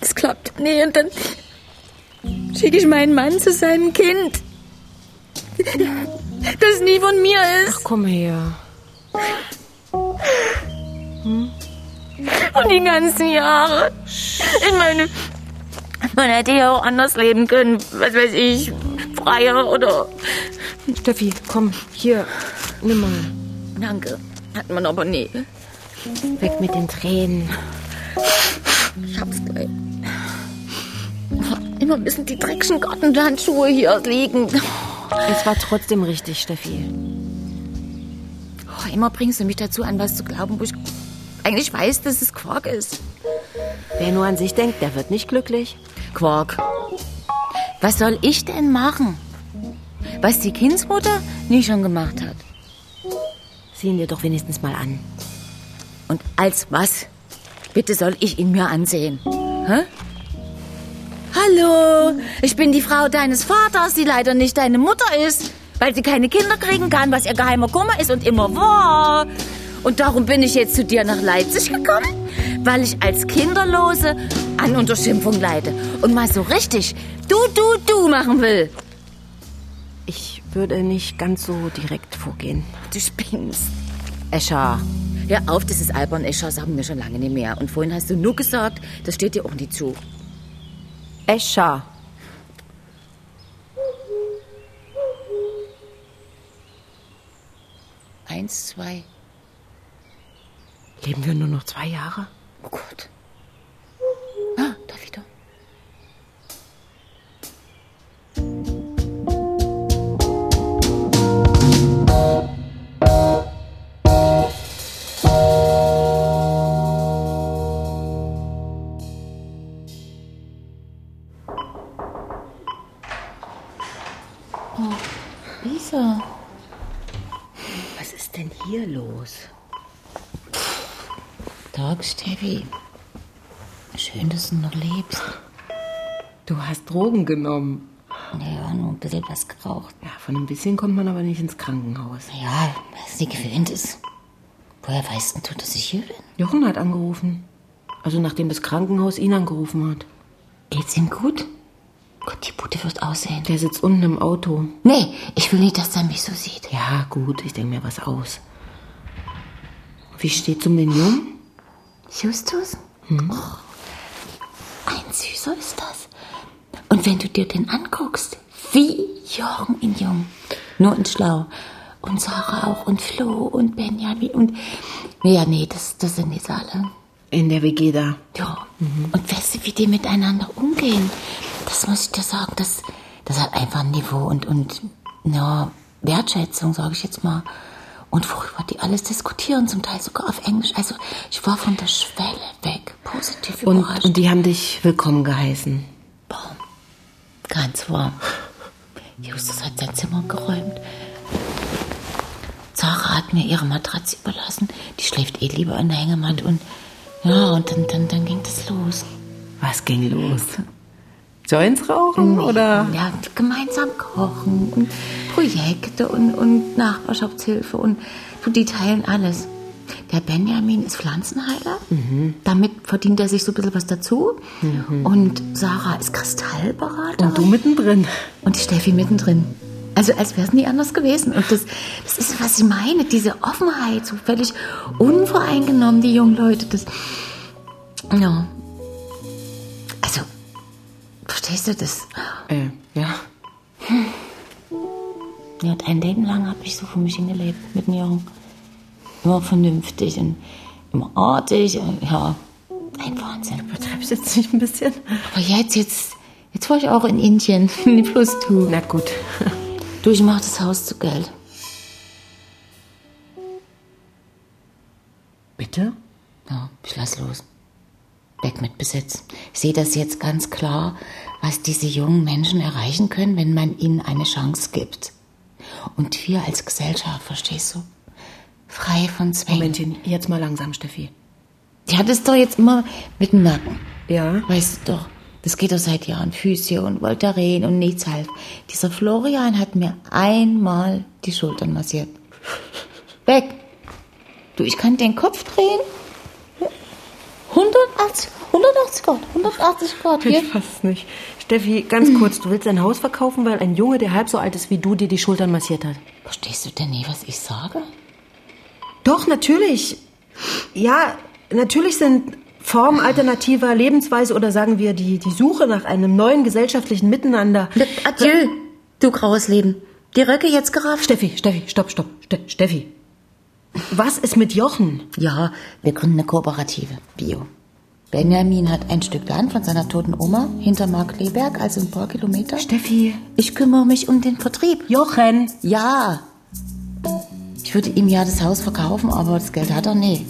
S4: es klappt nie. Und dann schicke ich meinen Mann zu seinem Kind, das nie von mir ist.
S2: komm her.
S4: Und die ganzen Jahre. Ich meine, man hätte ja auch anders leben können. Was weiß ich, freier oder...
S2: Steffi, komm, hier, nimm mal.
S4: Danke, hat man aber nie.
S2: Weg mit den Tränen.
S4: Ich hab's gleich. Immer ein bisschen die dreckigen Gartenhandschuhe hier liegen.
S2: Es war trotzdem richtig, Steffi.
S4: immer bringst du mich dazu an, was zu glauben, wo ich eigentlich weiß, dass es Quark ist.
S2: Wer nur an sich denkt, der wird nicht glücklich.
S4: Quark. Was soll ich denn machen? Was die Kindsmutter nie schon gemacht hat.
S2: Sieh ihn dir doch wenigstens mal an.
S4: Und als was? Bitte soll ich ihn mir ansehen. Hä? Hallo, ich bin die Frau deines Vaters, die leider nicht deine Mutter ist, weil sie keine Kinder kriegen kann, was ihr geheimer Kummer ist und immer war. Und darum bin ich jetzt zu dir nach Leipzig gekommen, weil ich als Kinderlose an Unterschimpfung leide und mal so richtig du, du, du machen will.
S2: Ich würde nicht ganz so direkt vorgehen.
S4: Du spinnst.
S2: Escher,
S4: Hör auf, das ist albern, Escher, sagen wir schon lange nicht mehr. Und vorhin hast du nur gesagt, das steht dir auch nicht zu.
S2: Escher.
S4: Eins, zwei,
S2: Leben wir nur noch zwei Jahre?
S4: oh Gott. Ah, da wieder.
S2: Was ist denn hier los?
S4: Tag, Steffi. Schön, dass du noch lebst.
S2: Du hast Drogen genommen.
S4: Naja, nur ein bisschen was geraucht.
S2: Ja, von ein bisschen kommt man aber nicht ins Krankenhaus.
S4: Ja, was sie gewöhnt ist. Woher weißt denn du, dass ich hier bin?
S2: Jochen hat angerufen. Also nachdem das Krankenhaus ihn angerufen hat.
S4: Geht's ihm gut? Gott, die Bude wird aussehen.
S2: Der sitzt unten im Auto.
S4: Nee, ich will nicht, dass er mich so sieht.
S2: Ja, gut, ich denke mir was aus. Wie steht's um den Jungen?
S4: Justus? Oh, ein Süßer ist das. Und wenn du dir den anguckst, wie Jochen in Jung. Nur in Schlau. Und Sarah auch und Flo und Benjamin und... Nee, ja, nee, das, das sind nicht alle.
S2: In der WG da.
S4: Ja. Und weißt du, wie die miteinander umgehen? Das muss ich dir sagen, das, das hat einfach ein Niveau und, und ja, Wertschätzung, sage ich jetzt mal. Und worüber die alles diskutieren, zum Teil sogar auf Englisch. Also ich war von der Schwelle weg, positiv
S2: Und,
S4: überrascht.
S2: und die haben dich willkommen geheißen.
S4: Ganz warm. Justus hat sein Zimmer geräumt. Sarah hat mir ihre Matratze überlassen. Die schläft eh lieber in der Hängematte. Und ja, und dann, dann, dann ging das los.
S2: Was ging los? Joints rauchen oder?
S4: Ja, gemeinsam kochen und Projekte und, und Nachbarschaftshilfe und du, die teilen alles. Der Benjamin ist Pflanzenheiler.
S2: Mhm.
S4: Damit verdient er sich so ein bisschen was dazu. Und Sarah ist Kristallberaterin.
S2: Und du mittendrin.
S4: Und die Steffi mittendrin. Also als wäre es nie anders gewesen. Und das, das ist, was ich meine, diese Offenheit, so völlig unvoreingenommen, die jungen Leute. Das, ja. Also, verstehst du das?
S2: Äh, ja.
S4: Ja, und ein Leben lang habe ich so für mich hingelebt mit dem Jungen. Immer vernünftig und immer artig. Und, ja, ein Wahnsinn.
S2: Treibst jetzt nicht ein bisschen?
S4: Aber jetzt, jetzt, jetzt war ich auch in Indien. Plus du.
S2: Na gut.
S4: Du, ich mach das Haus zu Geld.
S2: Bitte?
S4: Ja, ich lass los. Weg mit Besitz. Ich sehe das jetzt ganz klar, was diese jungen Menschen erreichen können, wenn man ihnen eine Chance gibt. Und wir als Gesellschaft, verstehst du? Frei von Zwängen.
S2: Momentchen, jetzt mal langsam, Steffi.
S4: Die hat es doch jetzt immer mit dem Nacken.
S2: Ja.
S4: Weißt du doch, das geht doch seit Jahren. Physio und Voltaren und nichts half. Dieser Florian hat mir einmal die Schultern massiert. Weg. Du, ich kann den Kopf drehen. 180, 180 Grad, 180 Grad. Hier.
S2: Ich fass nicht. Steffi, ganz kurz, du willst dein Haus verkaufen, weil ein Junge, der halb so alt ist wie du, dir die Schultern massiert hat.
S4: Verstehst du denn nie, was ich sage?
S2: Doch, natürlich. Ja, natürlich sind Formen alternativer Lebensweise oder sagen wir die, die Suche nach einem neuen gesellschaftlichen Miteinander.
S4: Adieu, du graues Leben. Die Röcke jetzt gerafft.
S2: Steffi, Steffi, stopp, stopp. Ste Steffi. Was ist mit Jochen?
S4: Ja, wir gründen eine Kooperative. Bio. Benjamin hat ein Stück Land von seiner toten Oma hinter Markleberg, also ein paar Kilometer.
S2: Steffi.
S4: Ich kümmere mich um den Vertrieb.
S2: Jochen.
S4: Ja. Ich Ich würde ihm ja das Haus verkaufen, aber das Geld hat er nie.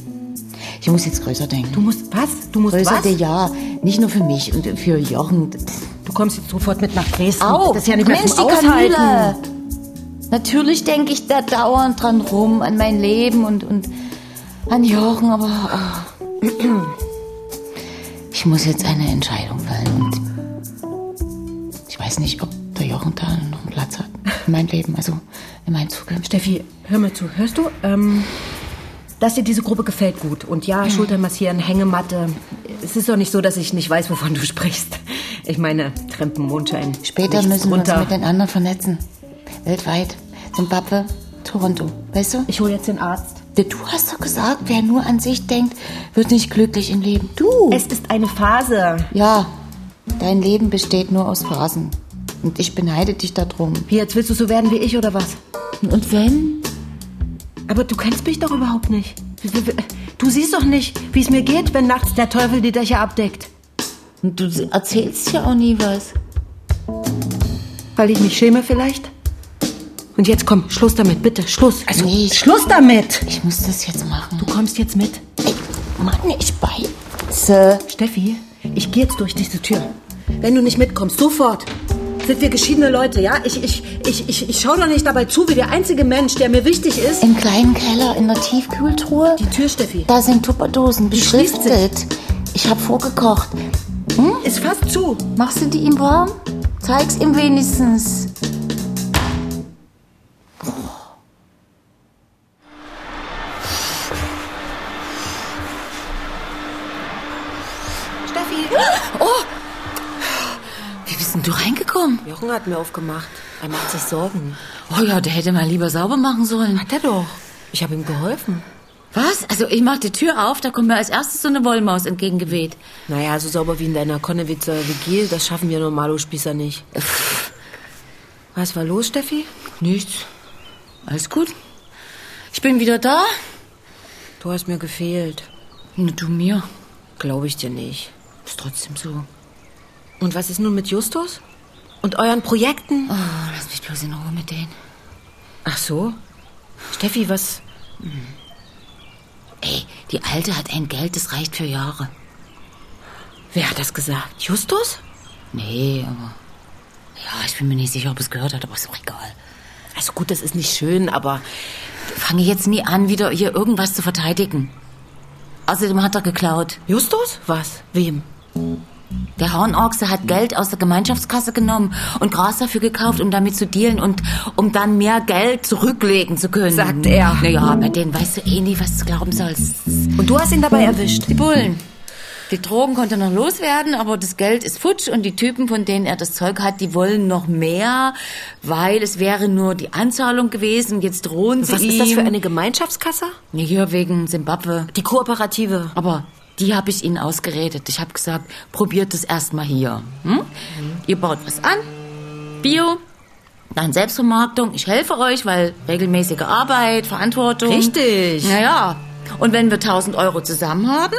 S4: Ich muss jetzt größer denken.
S2: Du musst was? Du musst
S4: größer
S2: was?
S4: der ja, nicht nur für mich und für Jochen.
S2: Du kommst jetzt sofort mit nach Dresden.
S4: Au,
S2: das ist ja nicht mehr
S4: Mensch,
S2: zum
S4: die
S2: Aushalten.
S4: Kanüle. Natürlich denke ich da dauernd dran rum, an mein Leben und, und an Jochen, aber oh. ich muss jetzt eine Entscheidung fällen. Und ich weiß nicht, ob der Jochen da noch einen Platz hat in meinem Leben, also in meinen Zukunft.
S2: Steffi, hör mir zu. Hörst du? Ähm, dass dir diese Gruppe gefällt gut. Und
S4: Mhm.
S2: ja, Schultern massieren, Hängematte. Es ist doch nicht so, dass ich nicht weiß, wovon du sprichst. Ich meine, Trempen, Mondschein.
S4: Später
S2: nichts
S4: müssen wir uns
S2: drunter.
S4: mit den anderen vernetzen. Weltweit. Zimbabwe, Toronto. Weißt du?
S2: Ich hole jetzt den Arzt.
S4: Du hast doch gesagt, wer nur an sich denkt, wird nicht glücklich im Leben. Du!
S2: Es ist eine Phase.
S4: Ja, dein Leben besteht nur aus Phasen. Und ich beneide dich darum.
S2: Wie, jetzt willst du so werden wie ich oder was?
S4: Und wenn?
S2: Aber du kennst mich doch überhaupt nicht. Du siehst doch nicht, wie es mir geht, wenn nachts der Teufel die Dächer abdeckt.
S4: Und du erzählst ja auch nie was.
S2: Weil ich mich schäme vielleicht? Und jetzt komm, Schluss damit, bitte, Schluss.
S4: Also, nee, ich,
S2: Schluss damit!
S4: ich muss das jetzt machen.
S2: Du kommst jetzt mit.
S4: Mann, ich beiße.
S2: Steffi, ich gehe jetzt durch diese Tür. Wenn du nicht mitkommst, sofort. Sind wir geschiedene Leute, ja? Ich, ich, ich, ich, ich schau doch nicht dabei zu, wie der einzige Mensch, der mir wichtig ist.
S4: Im kleinen Keller in der Tiefkühltruhe,
S2: Die Tür, Steffi,
S4: da sind Tupperdosen
S2: schließt sich.
S4: beschriftet. Ich habe vorgekocht.
S2: ist fast zu.
S4: Machst du die ihm warm? Zeig's ihm wenigstens.
S2: Steffi!
S4: Oh! Wie bist denn du reingekommen?
S11: Jochen hat mir aufgemacht. Er macht sich Sorgen.
S4: Oh ja, der hätte mal lieber sauber machen sollen.
S11: Hat er doch. Ich habe ihm geholfen.
S4: Was? Also ich mach die Tür auf, da kommt mir als erstes so eine Wollmaus entgegengeweht.
S11: Naja, so sauber wie in deiner Konnewitzer WG, das schaffen wir Normalo-Spießer nicht. Was war los, Steffi?
S4: Nichts. Alles gut. Ich bin wieder da.
S11: Du hast mir gefehlt.
S4: Na, du mir.
S11: Glaube ich dir nicht.
S4: Ist trotzdem so.
S11: Und was ist nun mit Justus? Und euren Projekten?
S4: Oh, lass mich bloß in Ruhe mit denen.
S11: Ach so. Steffi, was?
S4: Ey, die Alte hat ein Geld, das reicht für Jahre.
S11: Wer hat das gesagt? Justus?
S4: Nee, aber... Ja, ich bin mir nicht sicher, ob es gehört hat, aber ist doch egal.
S11: Also gut, das ist nicht schön, aber
S4: Fange jetzt nie an, wieder hier irgendwas zu verteidigen. Außerdem hat er geklaut.
S11: Justus? Was? Wem?
S4: Der Hornochse hat Geld aus der Gemeinschaftskasse genommen und Gras dafür gekauft, um damit zu dealen und um dann mehr Geld zurücklegen zu können.
S11: Sagt er.
S4: Naja, bei denen weißt du eh nie, was du glauben sollst.
S11: Und du hast ihn dabei erwischt.
S4: Die Bullen. Die Drogen konnte er noch loswerden, aber das Geld ist futsch und die Typen, von denen er das Zeug hat, die wollen noch mehr, weil es wäre nur die Anzahlung gewesen. Jetzt drohen sie
S11: Was
S4: ihm.
S11: ist das für eine Gemeinschaftskasse?
S4: Ja, wegen Simbabwe.
S11: Die Kooperative.
S4: Aber die habe ich Ihnen ausgeredet. Ich habe gesagt, probiert es erstmal hier. Hm?
S11: Mhm.
S4: Ihr baut was an, Bio, dann Selbstvermarktung. Ich helfe euch, weil regelmäßige Arbeit, Verantwortung.
S11: Richtig.
S4: Naja, und wenn wir 1000 Euro zusammen haben,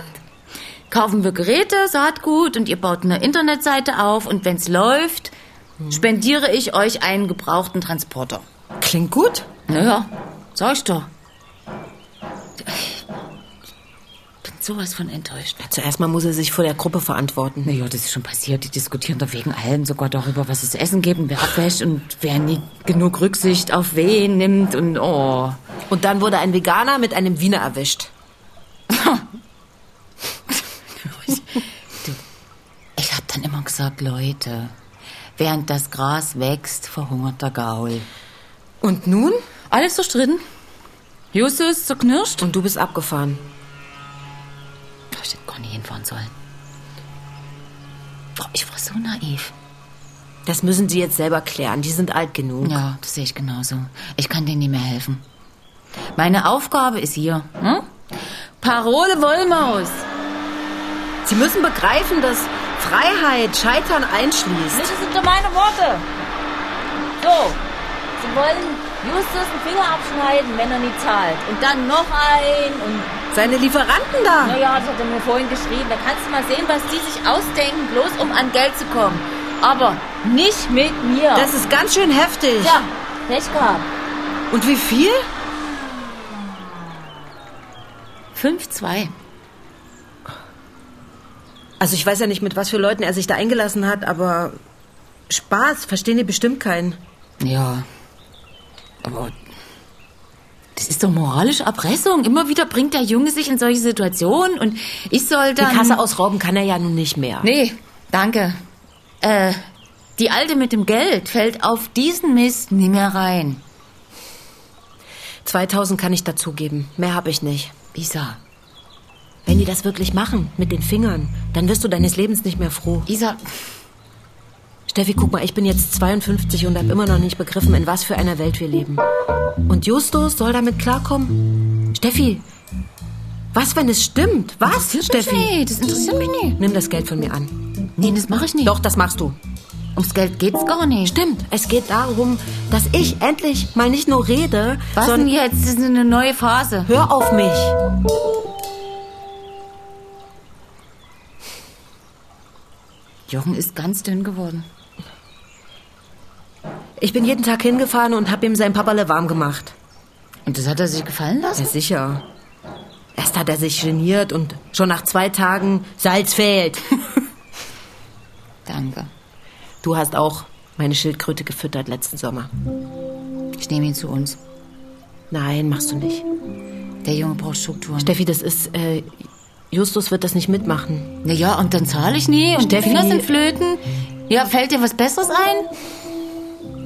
S4: kaufen wir Geräte, Saatgut und ihr baut eine Internetseite auf. Und wenn es läuft,
S11: Mhm.
S4: spendiere ich euch einen gebrauchten Transporter.
S11: Klingt gut.
S4: Naja, sag ich doch. Ich bin sowas von enttäuscht.
S11: Zuerst mal Also muss er sich vor der Gruppe verantworten.
S4: Naja, das ist schon passiert. Die diskutieren da wegen allem sogar darüber, was es zu essen gibt und wer abwäscht und wer nie genug Rücksicht auf wen nimmt und oh.
S11: Und dann wurde ein Veganer mit einem Wiener erwischt.
S4: Ich hab dann immer gesagt, Leute, während das Gras wächst, verhungert der Gaul.
S11: Und nun?
S4: Alles zerstritten. Justus zerknirscht.
S11: Und du bist abgefahren.
S4: Ich hätte gar nicht hinfahren sollen. Oh, ich war so naiv.
S11: Das müssen sie jetzt selber klären. Die sind alt genug.
S4: Ja, das sehe ich genauso. Ich kann denen nicht mehr helfen. Meine Aufgabe ist hier. Hm? Parole Wollmaus.
S11: Sie müssen begreifen, dass Freiheit Scheitern einschließt.
S5: Das sind doch meine Worte. So, sie wollen Justus einen Finger abschneiden, wenn er nie zahlt. Und dann noch ein. Und
S11: Seine Lieferanten da.
S5: naja, das hat er mir vorhin geschrieben. Da kannst du mal sehen, was die sich ausdenken, bloß um an Geld zu kommen. Aber nicht mit mir.
S11: Das ist ganz schön heftig.
S5: ja, Pech gehabt.
S11: Und wie viel?
S3: 5-2.
S12: Also ich weiß ja nicht, mit was für Leuten er sich da eingelassen hat, aber Spaß verstehen die bestimmt keinen.
S3: Ja. Aber das ist doch moralische Erpressung. Immer wieder bringt der Junge sich in solche Situationen und ich soll dann...
S2: Die Kasse ausrauben kann er ja nun nicht mehr.
S3: Nee, danke. Äh, die Alte mit dem Geld fällt auf diesen Mist nie mehr rein.
S2: 2000 kann ich dazugeben. Mehr habe ich nicht.
S3: Isa,
S2: Wenn die das wirklich machen, mit den Fingern, dann wirst du deines Lebens nicht mehr froh.
S3: Isa,
S2: Steffi, guck mal, ich bin jetzt 52 und habe immer noch nicht begriffen, in was für einer Welt wir leben. Und Justus soll damit klarkommen? Steffi, was, wenn es stimmt? Was,
S3: interessiert
S2: Steffi?
S3: mich nicht. Das interessiert mich nicht.
S2: Nimm das Geld von mir an.
S3: Nee, das mache ich nicht.
S2: Doch, das machst du.
S3: ums Geld geht's gar nicht.
S2: Stimmt, es geht darum, dass ich endlich mal nicht nur rede,
S3: Was denn
S2: sondern
S3: jetzt? Das ist eine neue Phase.
S2: hör auf mich.
S3: Jochen ist ganz dünn geworden.
S2: Ich bin jeden Tag hingefahren und habe ihm sein Papperle warm gemacht.
S3: Und das hat er sich gefallen lassen?
S2: Ja, sicher. Erst hat er sich geniert und schon nach zwei Tagen Salz fehlt.
S3: Danke.
S2: Du hast auch meine Schildkröte gefüttert letzten Sommer.
S3: Ich nehme ihn zu uns.
S2: Nein, machst du nicht.
S3: Der Junge braucht Strukturen.
S2: Steffi, das ist. Äh, Justus wird das nicht mitmachen.
S3: Na ja, und dann zahle ich nie und
S2: Steffi-
S3: die Finger sind flöten. Ja, fällt dir was Besseres ein?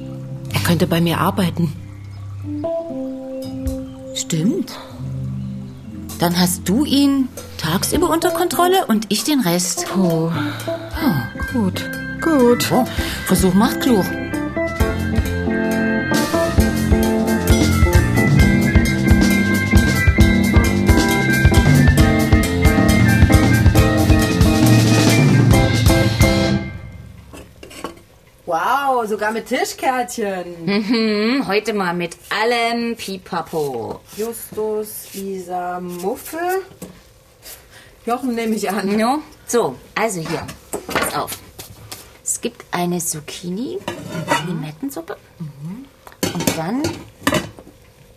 S2: Er könnte bei mir arbeiten.
S3: Stimmt. Dann hast du ihn tagsüber unter Kontrolle und ich den Rest.
S2: Oh. Gut. Gut.
S3: Oh, Versuch macht klug.
S13: Wow, sogar mit Tischkärtchen.
S4: Hm, heute mal mit allem Pipapo.
S13: Justus, Isa, Muffe. Jochen nehme ich an.
S4: No? So, also hier. Pass auf. Es gibt eine Zucchini, Limettensuppe und dann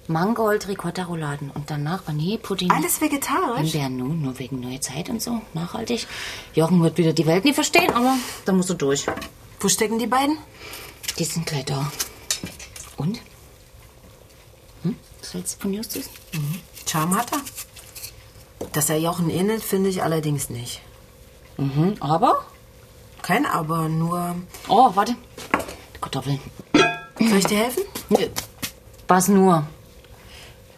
S4: Mangold Ricotta Rouladen und danach Vanillepudding.
S14: Alles vegetarisch?
S4: Himbeeren nun, nur wegen neue Zeit und so, nachhaltig. Jochen wird wieder die Welt nie verstehen, aber da musst du durch.
S14: Wo stecken die beiden?
S4: Die sind gleich da. Und? Hm? Was hältst du von Justus?
S14: Charme hat er.
S2: Dass er Jochen ähnelt, finde ich allerdings nicht.
S4: Mhm, aber?
S2: Kein Aber, nur.
S4: Oh, warte. Kartoffeln.
S2: Soll ich dir helfen?
S4: Was nur?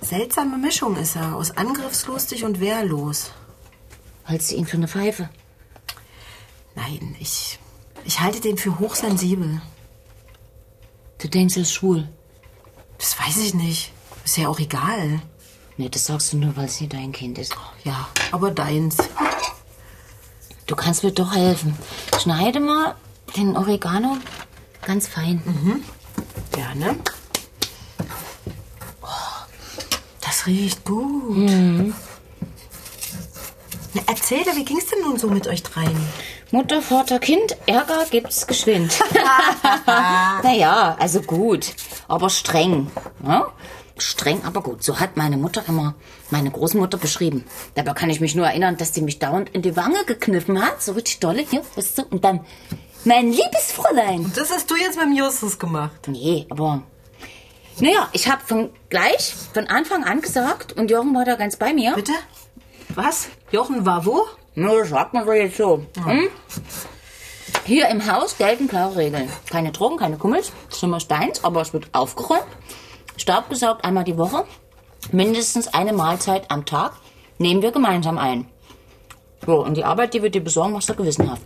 S2: Seltsame Mischung ist er, aus angriffslustig und wehrlos.
S4: Hältst du ihn für eine Pfeife?
S2: Nein, ich. Ich halte den für hochsensibel.
S4: Du denkst, er ist schwul.
S2: Das weiß ich nicht. Ist ja auch egal.
S4: Nee, das sagst du nur, weil es nicht dein Kind ist.
S2: Ja, aber deins.
S4: Du kannst mir doch helfen. Schneide mal den Oregano ganz fein.
S2: Ja, ne? Oh, das riecht gut. Na, erzähl doch, wie ging's denn nun so mit euch dreien?
S4: Mutter, Vater, Kind, Ärger gibt's geschwind. naja, also gut, aber streng. Ja? Streng, aber gut. So hat meine Mutter immer meine Großmutter beschrieben. Dabei kann ich mich nur erinnern, dass sie mich dauernd in die Wange gekniffen hat. So richtig dolle. Hier, weißt du, und dann, mein liebes Fräulein.
S2: Das hast du jetzt mit dem Justus gemacht.
S4: Nee, aber... Naja, ich habe von gleich, von Anfang an gesagt, und Jochen war da ganz bei mir.
S2: Bitte? Was? Jochen war wo?
S4: Nur das sagt man doch jetzt so. Hm? Hier im Haus gelten klare Regeln. Keine Drogen, keine Kummels, das ist immer Steins, aber es wird aufgeräumt. Staub gesaugt einmal die Woche. Mindestens eine Mahlzeit am Tag nehmen wir gemeinsam ein. So, und die Arbeit, die wir dir besorgen, machst du gewissenhaft.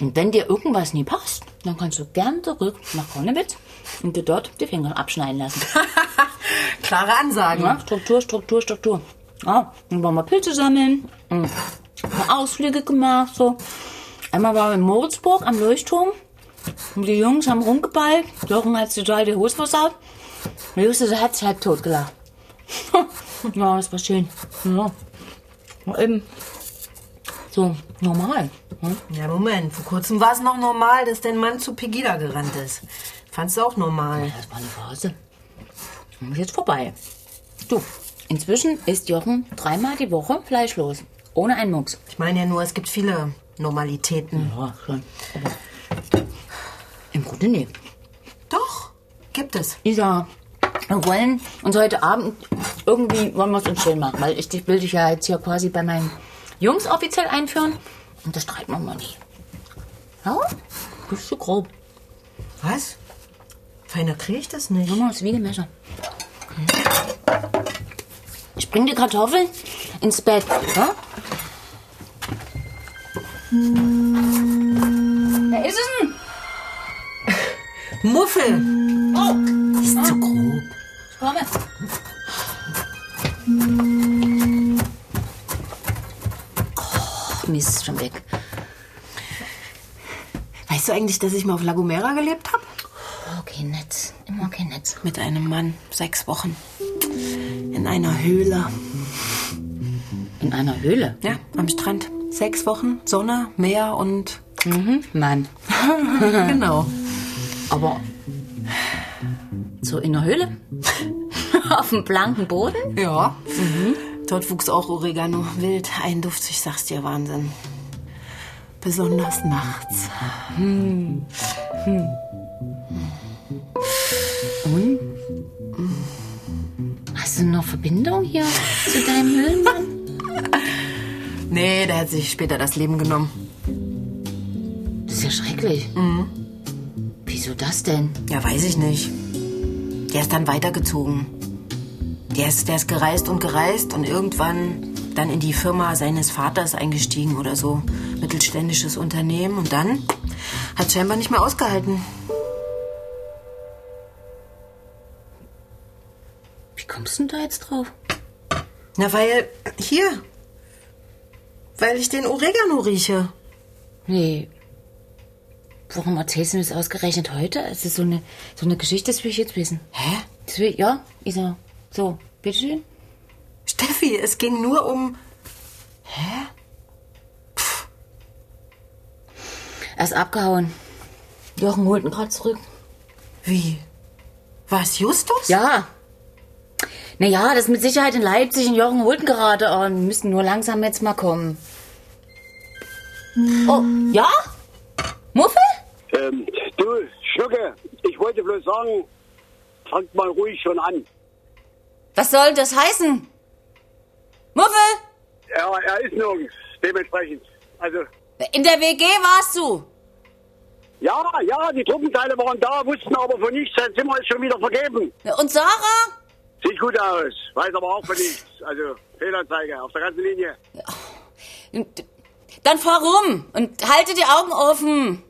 S4: Und wenn dir irgendwas nie passt, dann kannst du gern zurück nach Konnewitz und dir dort die Finger abschneiden lassen.
S2: Klare Ansage.
S4: Ja, Struktur, Struktur, Struktur. Ja, dann waren wir Pilze sammeln, mhm. haben Ausflüge gemacht, so. Einmal waren wir in Moritzburg am Leuchtturm. Und die Jungs haben rumgeballt. Jochen hat total die Hose versaut. Und Justus hat sich halb tot gelacht. ja, das war schön. Ja. War eben so normal. Ja.
S2: Ja, Moment. Vor kurzem war es noch normal, dass dein Mann zu Pegida gerannt ist. Fandst du auch normal?
S4: Das war eine Phase. Und ist jetzt vorbei. Du, Inzwischen ist Jochen dreimal die Woche fleischlos. Ohne einen Mucks.
S2: Ich meine ja nur, es gibt viele Normalitäten.
S4: Ja, schon. Aber im Grunde nee.
S2: Doch, gibt es.
S4: Isa, wir wollen uns heute Abend irgendwie wollen wir es uns schön machen, weil ich dich- will dich ja jetzt hier quasi bei meinen Jungs offiziell einführen. Und das streiten wir mal nicht. Ja? Bist du grob.
S2: Was? Feiner kriege ich das nicht.
S4: Junge, ist wie Messer. Hm? Ich bring die Kartoffeln ins Bett, ja? Hm. Wer ist es denn?
S2: Muffel!
S4: Oh,
S2: Ist zu grob.
S4: ich komme. Oh, Mist, ist schon weg.
S2: Weißt du eigentlich, dass ich mal auf La Gomera gelebt habe?
S4: Okay, Netz. Immer kein Netz.
S2: Mit einem Mann, sechs Wochen. In einer Höhle.
S4: In einer Höhle?
S2: Ja, am Strand. Sechs Wochen, Sonne, Meer und.
S4: Mhm. Mann.
S2: genau.
S4: Aber so in der Höhle? Auf dem blanken Boden?
S2: Ja. Dort wuchs auch Oregano wild, ein Duft, ich sag's dir, Wahnsinn. Besonders nachts.
S4: Hast du noch Verbindung hier zu deinem Höhlenmann?
S2: Nee, der hat sich später das Leben genommen. Mhm.
S4: Das ist ja schrecklich. Wieso das denn?
S2: Ja, weiß ich nicht. Der ist dann weitergezogen. Der ist, der ist gereist und gereist und irgendwann dann in die Firma seines Vaters eingestiegen oder so. Mittelständisches Unternehmen und dann hat scheinbar nicht mehr ausgehalten.
S4: Wie kommst du denn da jetzt drauf?
S2: Na, weil hier. Weil ich den Oregano rieche.
S4: Nee. Warum erzählst du mir das ausgerechnet heute? Es ist so eine, so eine Geschichte, das will ich jetzt wissen.
S2: Hä?
S4: Das will, ja, Isa. So, bitteschön.
S2: Steffi, es ging nur um.
S4: Er ist abgehauen. Jochen holt ihn gerade zurück.
S2: Wie? Was, Justus?
S4: Ja. Naja, das ist mit Sicherheit in Leipzig in Jochen Hulten gerade und müssen nur langsam jetzt mal kommen. Oh, ja? Muffel?
S15: Ähm, du, Schlucke, ich wollte bloß sagen, fangt mal ruhig schon an.
S4: Was soll das heißen? Muffel?
S15: Ja, er ist nirgends, dementsprechend. Also,
S4: In der WG warst du.
S15: ja, ja, die Truppenteile waren da, wussten aber von nichts, sein Zimmer ist schon wieder vergeben.
S4: Und Sarah?
S15: Sieht gut aus, weiß aber auch von nichts. Also, Fehlanzeige auf der ganzen Linie.
S4: Und Dann fahr rum und halte die Augen offen.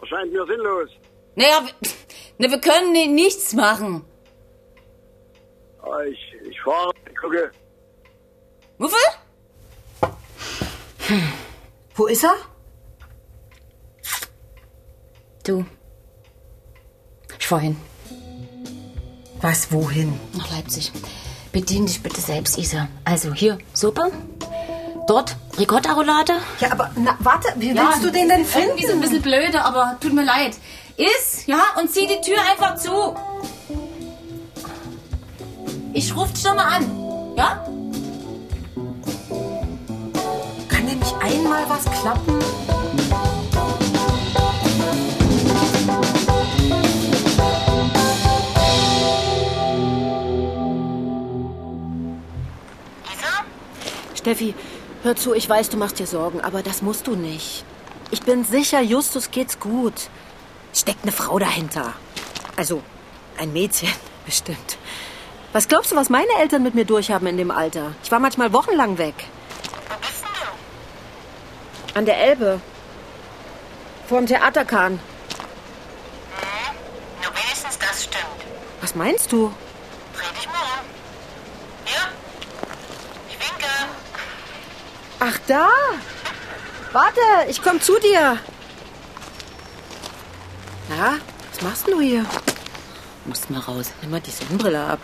S15: Erscheint mir sinnlos.
S4: Naja, wir- na, wir können ni- nichts machen.
S15: Aber Ah, Ich, ich fahre, gucke.
S4: Muffel?
S2: Wo ist er?
S4: Du. Ich fahr hin.
S2: Was, wohin?
S4: nach Leipzig. Bedien dich bitte selbst, Isa. Also hier Suppe, dort Ricotta-Roulade.
S2: Ja, aber na, warte, wie willst du den denn finden?
S4: Irgendwie so ein bisschen blöde, aber tut mir leid. Iss, ja, und zieh die Tür einfach zu. Ich ruf dich schon mal an, ja?
S2: Kann denn nicht einmal was klappen?
S16: Steffi, hör zu, ich weiß, du machst dir Sorgen, aber das musst du nicht. Ich bin sicher, Justus geht's gut. Steckt eine Frau dahinter. Also, ein Mädchen, bestimmt. Was glaubst du, was meine Eltern mit mir durchhaben in dem Alter? Ich war manchmal wochenlang weg. An der Elbe. Vor dem Theaterkahn.
S17: Nur Hm, wenigstens das stimmt.
S16: Was meinst du?
S17: Dreh dich mal um. Ja? Ich winke.
S16: Ach, da! Warte, ich komm zu dir. Na, was machst denn du hier?
S4: Musst mal raus.
S16: Nimm mal die Sonnenbrille ab.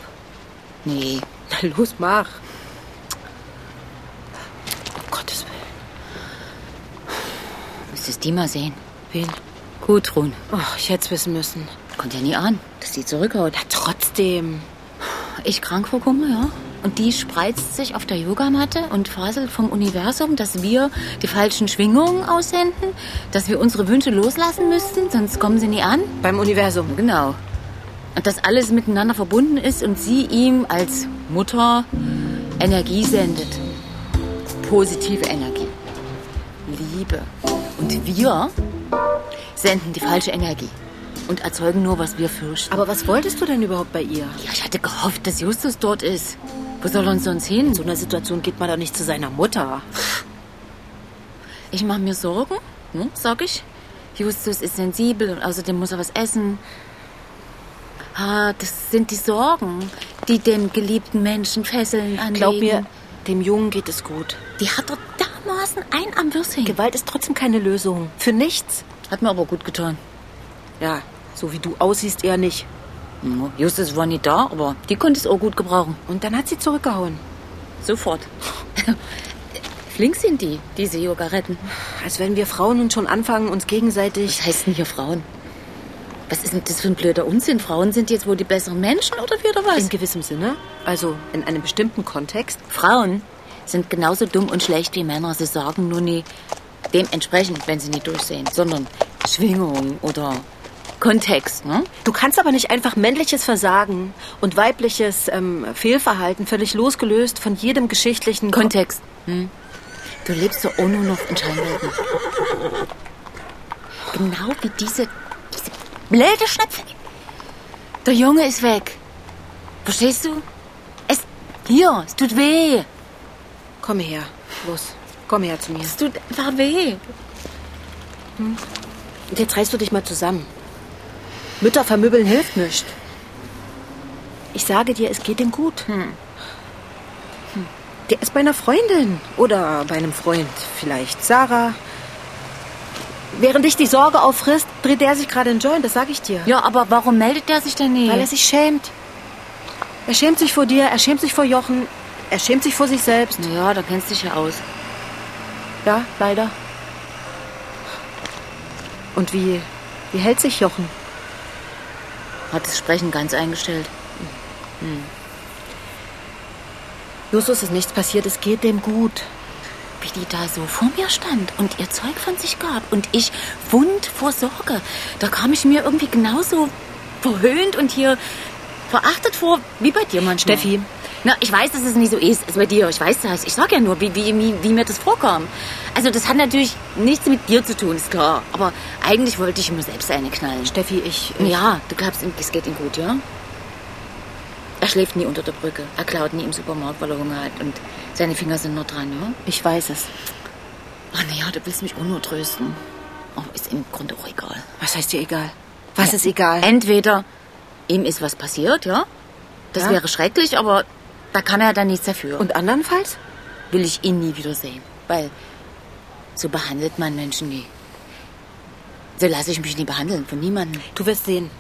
S4: Nee.
S16: Na los, mach. Um Gottes Willen.
S4: Müsstest die mal sehen.
S16: Wen?
S4: Gudrun.
S16: Oh, ich hätte es wissen müssen.
S4: Kommt ja nie an, dass sie zurückhaut.
S16: Na trotzdem.
S4: Ich krank vor Kummer, ja? Und die spreizt sich auf der Yogamatte und faselt vom Universum, dass wir die falschen Schwingungen aussenden, dass wir unsere Wünsche loslassen müssten, sonst kommen sie nie an.
S18: Beim Universum.
S4: Genau. Und dass alles miteinander verbunden ist und sie ihm als Mutter Energie sendet. Positive Energie. Liebe. Und wir senden die falsche Energie und erzeugen nur, was wir fürchten.
S2: Aber was wolltest du denn überhaupt bei ihr?
S4: Ja, ich hatte gehofft, dass Justus dort ist. Wo soll er uns sonst hin?
S2: In so einer Situation geht man doch nicht zu seiner Mutter.
S4: Ich mache mir Sorgen, ne, sag ich. Justus ist sensibel und außerdem muss er was essen. Ah, das sind die Sorgen, die den geliebten Menschen fesseln anlegen.
S2: Glaub mir, dem Jungen geht es gut.
S4: Die hat doch dermaßen ein am Würstchen.
S2: Gewalt ist trotzdem keine Lösung. Für nichts.
S4: Hat mir aber gut getan.
S2: Ja, so wie du aussiehst, eher nicht.
S4: Ja, Hm, Justus war nicht da, aber die konnte es auch gut gebrauchen.
S2: Und dann hat sie zurückgehauen.
S4: Sofort. Flink sind die, diese Yogaretten.
S2: Als wenn wir Frauen nun schon anfangen, uns gegenseitig.
S4: Was heißt denn hier Frauen? Was ist denn das für ein blöder Unsinn? Frauen sind jetzt wohl die besseren Menschen oder wie oder was?
S2: In gewissem Sinne. Also in einem bestimmten Kontext.
S4: Frauen sind genauso dumm und schlecht wie Männer. Sie sorgen nur nie dementsprechend, wenn sie nicht durchsehen, sondern Schwingung oder Kontext, ne?
S2: Du kannst aber nicht einfach männliches Versagen und weibliches ähm, Fehlverhalten völlig losgelöst von jedem geschichtlichen
S4: Kontext. Hm? Du lebst so ohne noch in Scheinwelten. Genau wie diese, diese blöde Schnepfe. Der Junge ist weg. Verstehst du? Es hier, es tut weh.
S2: Komm her, los. Komm her zu mir.
S4: Es tut einfach weh.
S2: Hm? Und jetzt reißt du dich mal zusammen. Mütter vermöbeln hilft nicht. Ich sage dir, es geht ihm gut. Hm. Hm. Der ist bei einer Freundin oder bei einem Freund, vielleicht Sarah. Während ich die Sorge auffrisst, dreht er sich gerade in Joint, das sage ich dir.
S4: Ja, aber warum meldet er sich denn nicht?
S2: Weil er sich schämt. Er schämt sich vor dir, er schämt sich vor Jochen, er schämt sich vor sich selbst.
S4: Ja, da kennst du dich ja aus.
S2: Ja, leider. Und wie, wie hält sich Jochen?
S4: Hat das Sprechen ganz eingestellt. Hm.
S2: Justus ist nichts passiert, es geht dem gut.
S4: Wie die da so vor mir stand und ihr Zeug von sich gab und ich wund vor Sorge. Da kam ich mir irgendwie genauso verhöhnt und hier verachtet vor, wie bei dir manchmal.
S2: Steffi.
S4: Na, ich weiß, dass es nicht so ist als bei dir. Ich weiß das. Ich sag ja nur, wie, wie, wie mir das vorkam. Also, das hat natürlich nichts mit dir zu tun, ist klar. Aber eigentlich wollte ich immer selbst eine knallen.
S2: Steffi, ich. ich
S4: ja, du glaubst, es geht ihm gut, ja? Er schläft nie unter der Brücke. Er klaut nie im Supermarkt, weil er Hunger hat. Und seine Finger sind nur dran, ne? ja?
S2: Ich weiß es.
S4: Ach, naja, Ah, du willst mich auch nur trösten. Aber ist im Grunde auch egal.
S2: Was heißt dir egal? Was ja, ist egal?
S4: Entweder ihm ist was passiert, ja? Das
S2: Ja.
S4: wäre schrecklich, aber da kann er dann nichts dafür.
S2: Und andernfalls?
S4: will ich ihn nie wiedersehen, weil so behandelt man Menschen nie. So lasse ich mich nie behandeln, von niemandem.
S2: Du wirst sehen.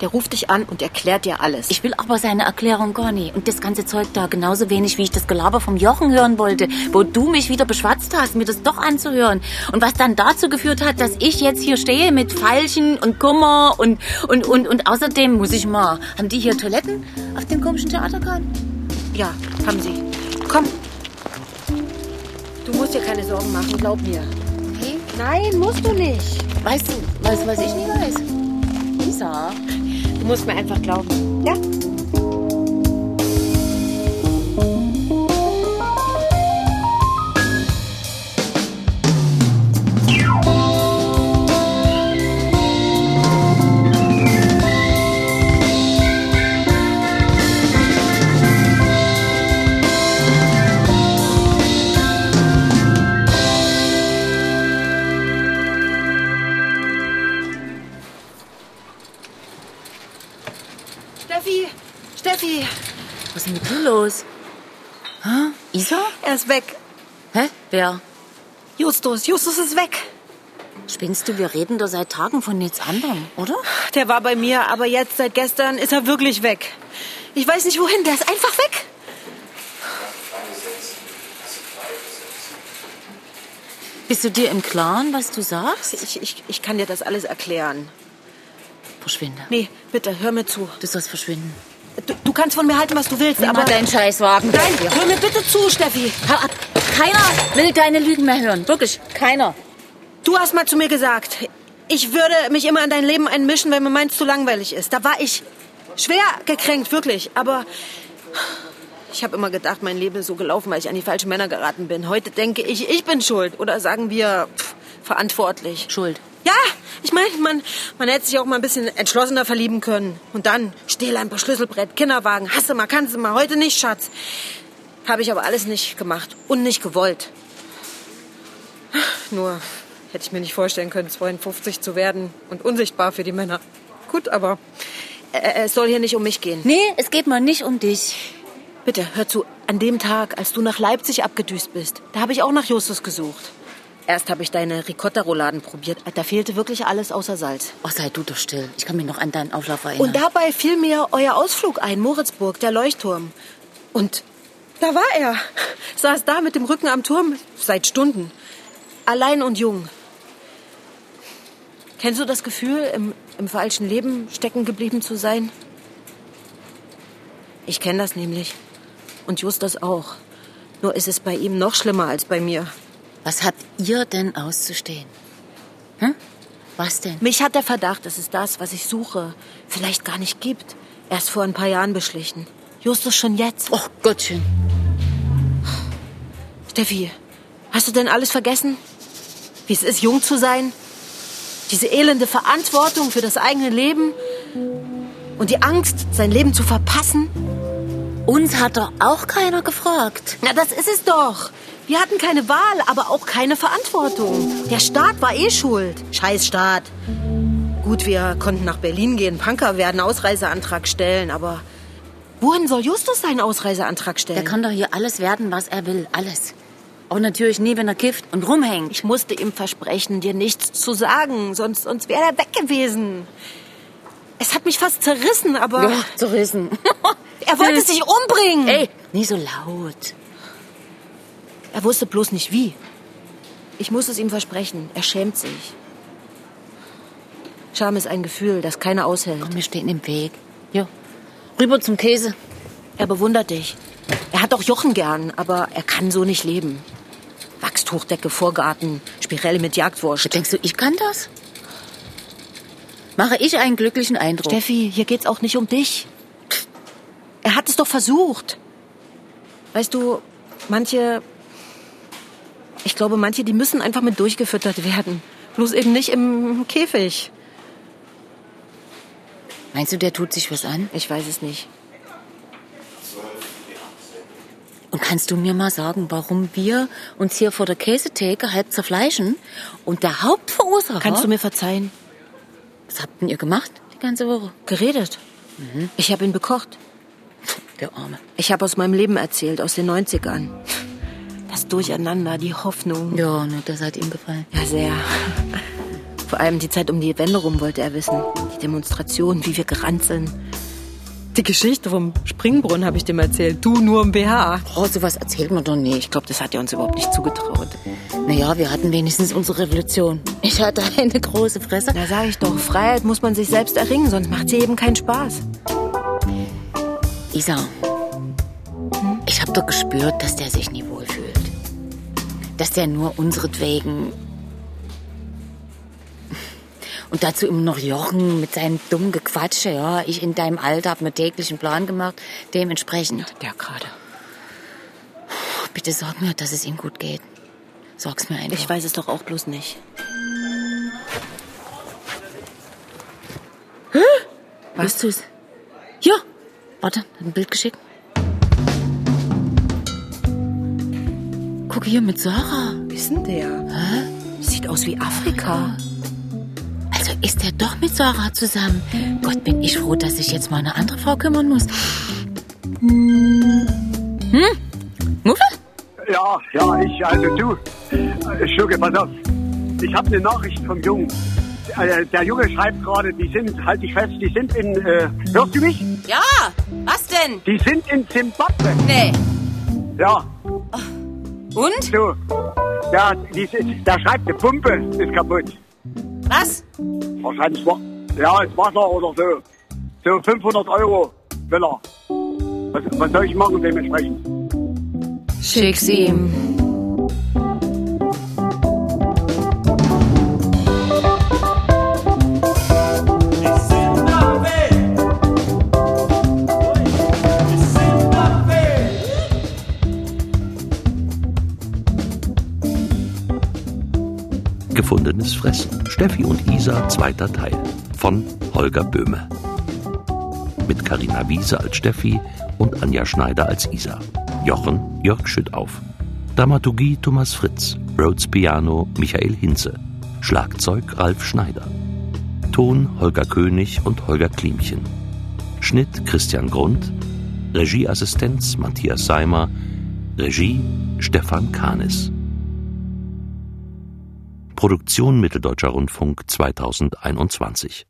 S2: Der ruft dich an und erklärt dir alles.
S4: Ich will aber seine Erklärung gar nicht. Und das ganze Zeug da genauso wenig, wie ich das Gelaber vom Jochen hören wollte, wo du mich wieder beschwatzt hast, mir das doch anzuhören. Und was dann dazu geführt hat, dass ich jetzt hier stehe mit Falchen und Kummer und, und, und, und außerdem muss ich mal. Haben die hier Toiletten auf dem komischen Theaterkran?
S2: ja, haben sie. Komm. Du musst dir keine Sorgen machen, glaub mir.
S4: Okay.
S2: Nein, musst du nicht.
S4: Weißt du, weißt du, was ich nie weiß? Lisa.
S2: Du musst mir einfach glauben. Ja?
S19: Steffi, Steffi,
S4: Was ist denn mit dir los? Hä? Isa?
S2: Er ist weg.
S4: Hä? Wer?
S2: Justus, Justus ist weg.
S4: Spinnst du? Wir reden da seit Tagen von nichts anderem, oder?
S2: Der war bei mir, aber jetzt, seit gestern, ist er wirklich weg. Ich weiß nicht wohin, der ist einfach weg.
S4: Bist du dir im Klaren, was du sagst?
S2: Ich, ich, ich kann dir das alles erklären.
S4: Verschwinde.
S2: Nee, bitte, hör mir zu.
S4: Du sollst verschwinden.
S2: Du, du kannst von mir halten, was du willst,
S4: Nimm
S2: aber...
S4: mal deinen Scheißwagen.
S2: Nein,
S4: weg hier.
S2: hör mir bitte zu, Steffi.
S4: Hau ab. Keiner will deine Lügen mehr hören. Wirklich, keiner.
S2: Du hast mal zu mir gesagt, ich würde mich immer in dein Leben einmischen, wenn mir meins zu langweilig ist. Da war ich schwer gekränkt, wirklich. Aber ich habe immer gedacht, mein Leben ist so gelaufen, weil ich an die falschen Männer geraten bin. Heute denke ich, ich bin schuld. Oder sagen wir, pff, verantwortlich.
S4: Schuld.
S2: Ja, ich meine, man, man hätte sich auch mal ein bisschen entschlossener verlieben können. Und dann Stehlampe, Schlüsselbrett, Kinderwagen. Hasse mal, kannst du mal. Heute nicht, Schatz. Habe ich aber alles nicht gemacht und nicht gewollt. Nur hätte ich mir nicht vorstellen können, 52 zu werden und unsichtbar für die Männer. Gut, aber äh, es soll hier nicht um mich gehen.
S4: Nee, es geht mal nicht um dich.
S2: Bitte, hör zu, an dem Tag, als du nach Leipzig abgedüst bist, da habe ich auch nach Justus gesucht. Erst habe ich deine Ricotta-Rouladen probiert. Da fehlte wirklich alles außer Salz.
S4: Oh, sei du doch still. Ich kann mich noch an deinen Auflauf erinnern.
S2: Und dabei fiel mir euer Ausflug ein, Moritzburg, der Leuchtturm. Und da war er. Saß da mit dem Rücken am Turm seit Stunden. Allein und jung. Kennst du das Gefühl, im, im falschen Leben stecken geblieben zu sein? Ich kenne das nämlich. Und Justus auch. Nur ist es bei ihm noch schlimmer als bei mir.
S4: Was habt ihr denn auszustehen? Hm? Was denn?
S2: Mich hat der Verdacht, dass es das, was ich suche, vielleicht gar nicht gibt. Erst vor ein paar Jahren beschlichen. Justus schon jetzt.
S4: Oh Gottchen.
S2: Steffi, hast du denn alles vergessen? Wie es ist, jung zu sein? Diese elende Verantwortung für das eigene Leben? Und die Angst, sein Leben zu verpassen?
S4: Uns hat doch auch keiner gefragt.
S2: Na, das ist es doch. Wir hatten keine Wahl, aber auch keine Verantwortung. Der Staat war eh schuld. Scheiß Staat. Gut, wir konnten nach Berlin gehen, Punker werden, Ausreiseantrag stellen, aber wohin soll Justus seinen Ausreiseantrag
S4: Der
S2: stellen?
S4: kann doch hier alles werden, was er will. Alles. Auch natürlich nie, wenn er kifft und rumhängt.
S2: Ich musste ihm versprechen, dir nichts zu sagen, sonst, sonst wäre er weg gewesen. Es hat mich fast zerrissen, aber
S4: zerrissen.
S2: er wollte sich umbringen.
S4: Ey, nie so laut.
S2: Er wusste bloß nicht wie. Ich muss es ihm versprechen. Er schämt sich. Scham ist ein Gefühl, das keiner aushält.
S4: Komm, wir stehen im Weg. Jo. Rüber zum Käse.
S2: Er bewundert dich. Er hat auch Jochen gern, aber er kann so nicht leben. Wachstuchdecke, Vorgarten, Spirelle mit Jagdwurst.
S4: Denkst du, ich kann das? Mache ich einen glücklichen Eindruck?
S2: Steffi, hier geht's auch nicht um dich. Er hat es doch versucht. Weißt du, manche. Ich glaube, manche, die müssen einfach mit durchgefüttert werden. Bloß eben nicht im Käfig.
S4: Meinst du, der tut sich was an?
S2: Ich weiß es nicht.
S4: Und kannst du mir mal sagen, warum wir uns hier vor der Käsetheke halb zerfleischen und der Hauptverursacher...
S2: Kannst du mir verzeihen?
S4: Was habt denn ihr gemacht die ganze Woche?
S2: Geredet. Ich habe ihn bekocht.
S4: Der Arme.
S2: Ich habe aus meinem Leben erzählt, aus den 90ern. Das Durcheinander, die Hoffnung.
S4: Ja, ne, das hat ihm gefallen.
S2: Ja, sehr. Vor allem die Zeit um die Wände rum wollte er wissen. Die Demonstration, wie wir gerannt sind. Die Geschichte vom Springbrunnen habe ich dem erzählt. Du nur im BH.
S4: Oh, sowas erzählt man doch
S2: Ich
S4: nicht.
S2: glaube, das hat er uns überhaupt nicht zugetraut.
S4: Naja, wir hatten wenigstens unsere Revolution. Ich hatte eine große Fresse.
S2: Da sage ich doch, Freiheit muss man sich selbst erringen, sonst macht sie eben keinen Spaß.
S4: Isa, ich habe doch gespürt, dass der sich nie wohlfühlt. Dass der nur unseretwegen. Und dazu immer noch Jochen mit seinem dummen Gequatsche, ja. Ich in deinem Alter habe mir täglichen Plan gemacht, dementsprechend.
S2: Der gerade.
S4: Oh, bitte sag mir, dass es ihm gut geht. Sag's mir einfach.
S2: Ich weiß es doch auch bloß nicht.
S4: Was du's? Ja. Warte, hat ein Bild geschickt. Guck hier mit Sarah.
S2: Wie ist denn der? Sieht aus wie Afrika.
S4: Also ist er doch mit Sarah zusammen. Gott, bin ich froh, dass ich jetzt mal eine andere Frau kümmern muss. Hm? Muffe?
S15: Ja, ja, ich, also du. Äh, Schurke, pass auf. Ich habe eine Nachricht vom Jungen. Äh, Der Junge schreibt gerade, die sind, halt dich fest, die sind in, äh, hörst du mich?
S5: Ja, was denn?
S15: Die sind in Zimbabwe.
S5: Nee.
S15: Ja,
S5: Und?
S15: du. Ja, die, sind- der schreibt, die Pumpe ist kaputt.
S5: Was?
S15: Wahrscheinlich war, ja, das Wasser oder so. So 500 Euro. will er. Was, was soll ich machen dementsprechend?
S8: Schick's ihm.
S1: Gefundenes Fressen. Steffi und Isa, zweiter Teil. Von Holger Böhme. Mit Karina Wiese als Steffi und Anja Schneider als Isa. Jochen Jörg Schüttauf. Dramaturgie Thomas Fritz. Rhodes Piano Michael Hinze. Schlagzeug Ralf Schneider. Ton Holger König und Holger Klimchen. Schnitt Christian Grund. Regieassistenz Matthias Seimer. Regie Stefan Kahnes. Produktion Mitteldeutscher Rundfunk 2021.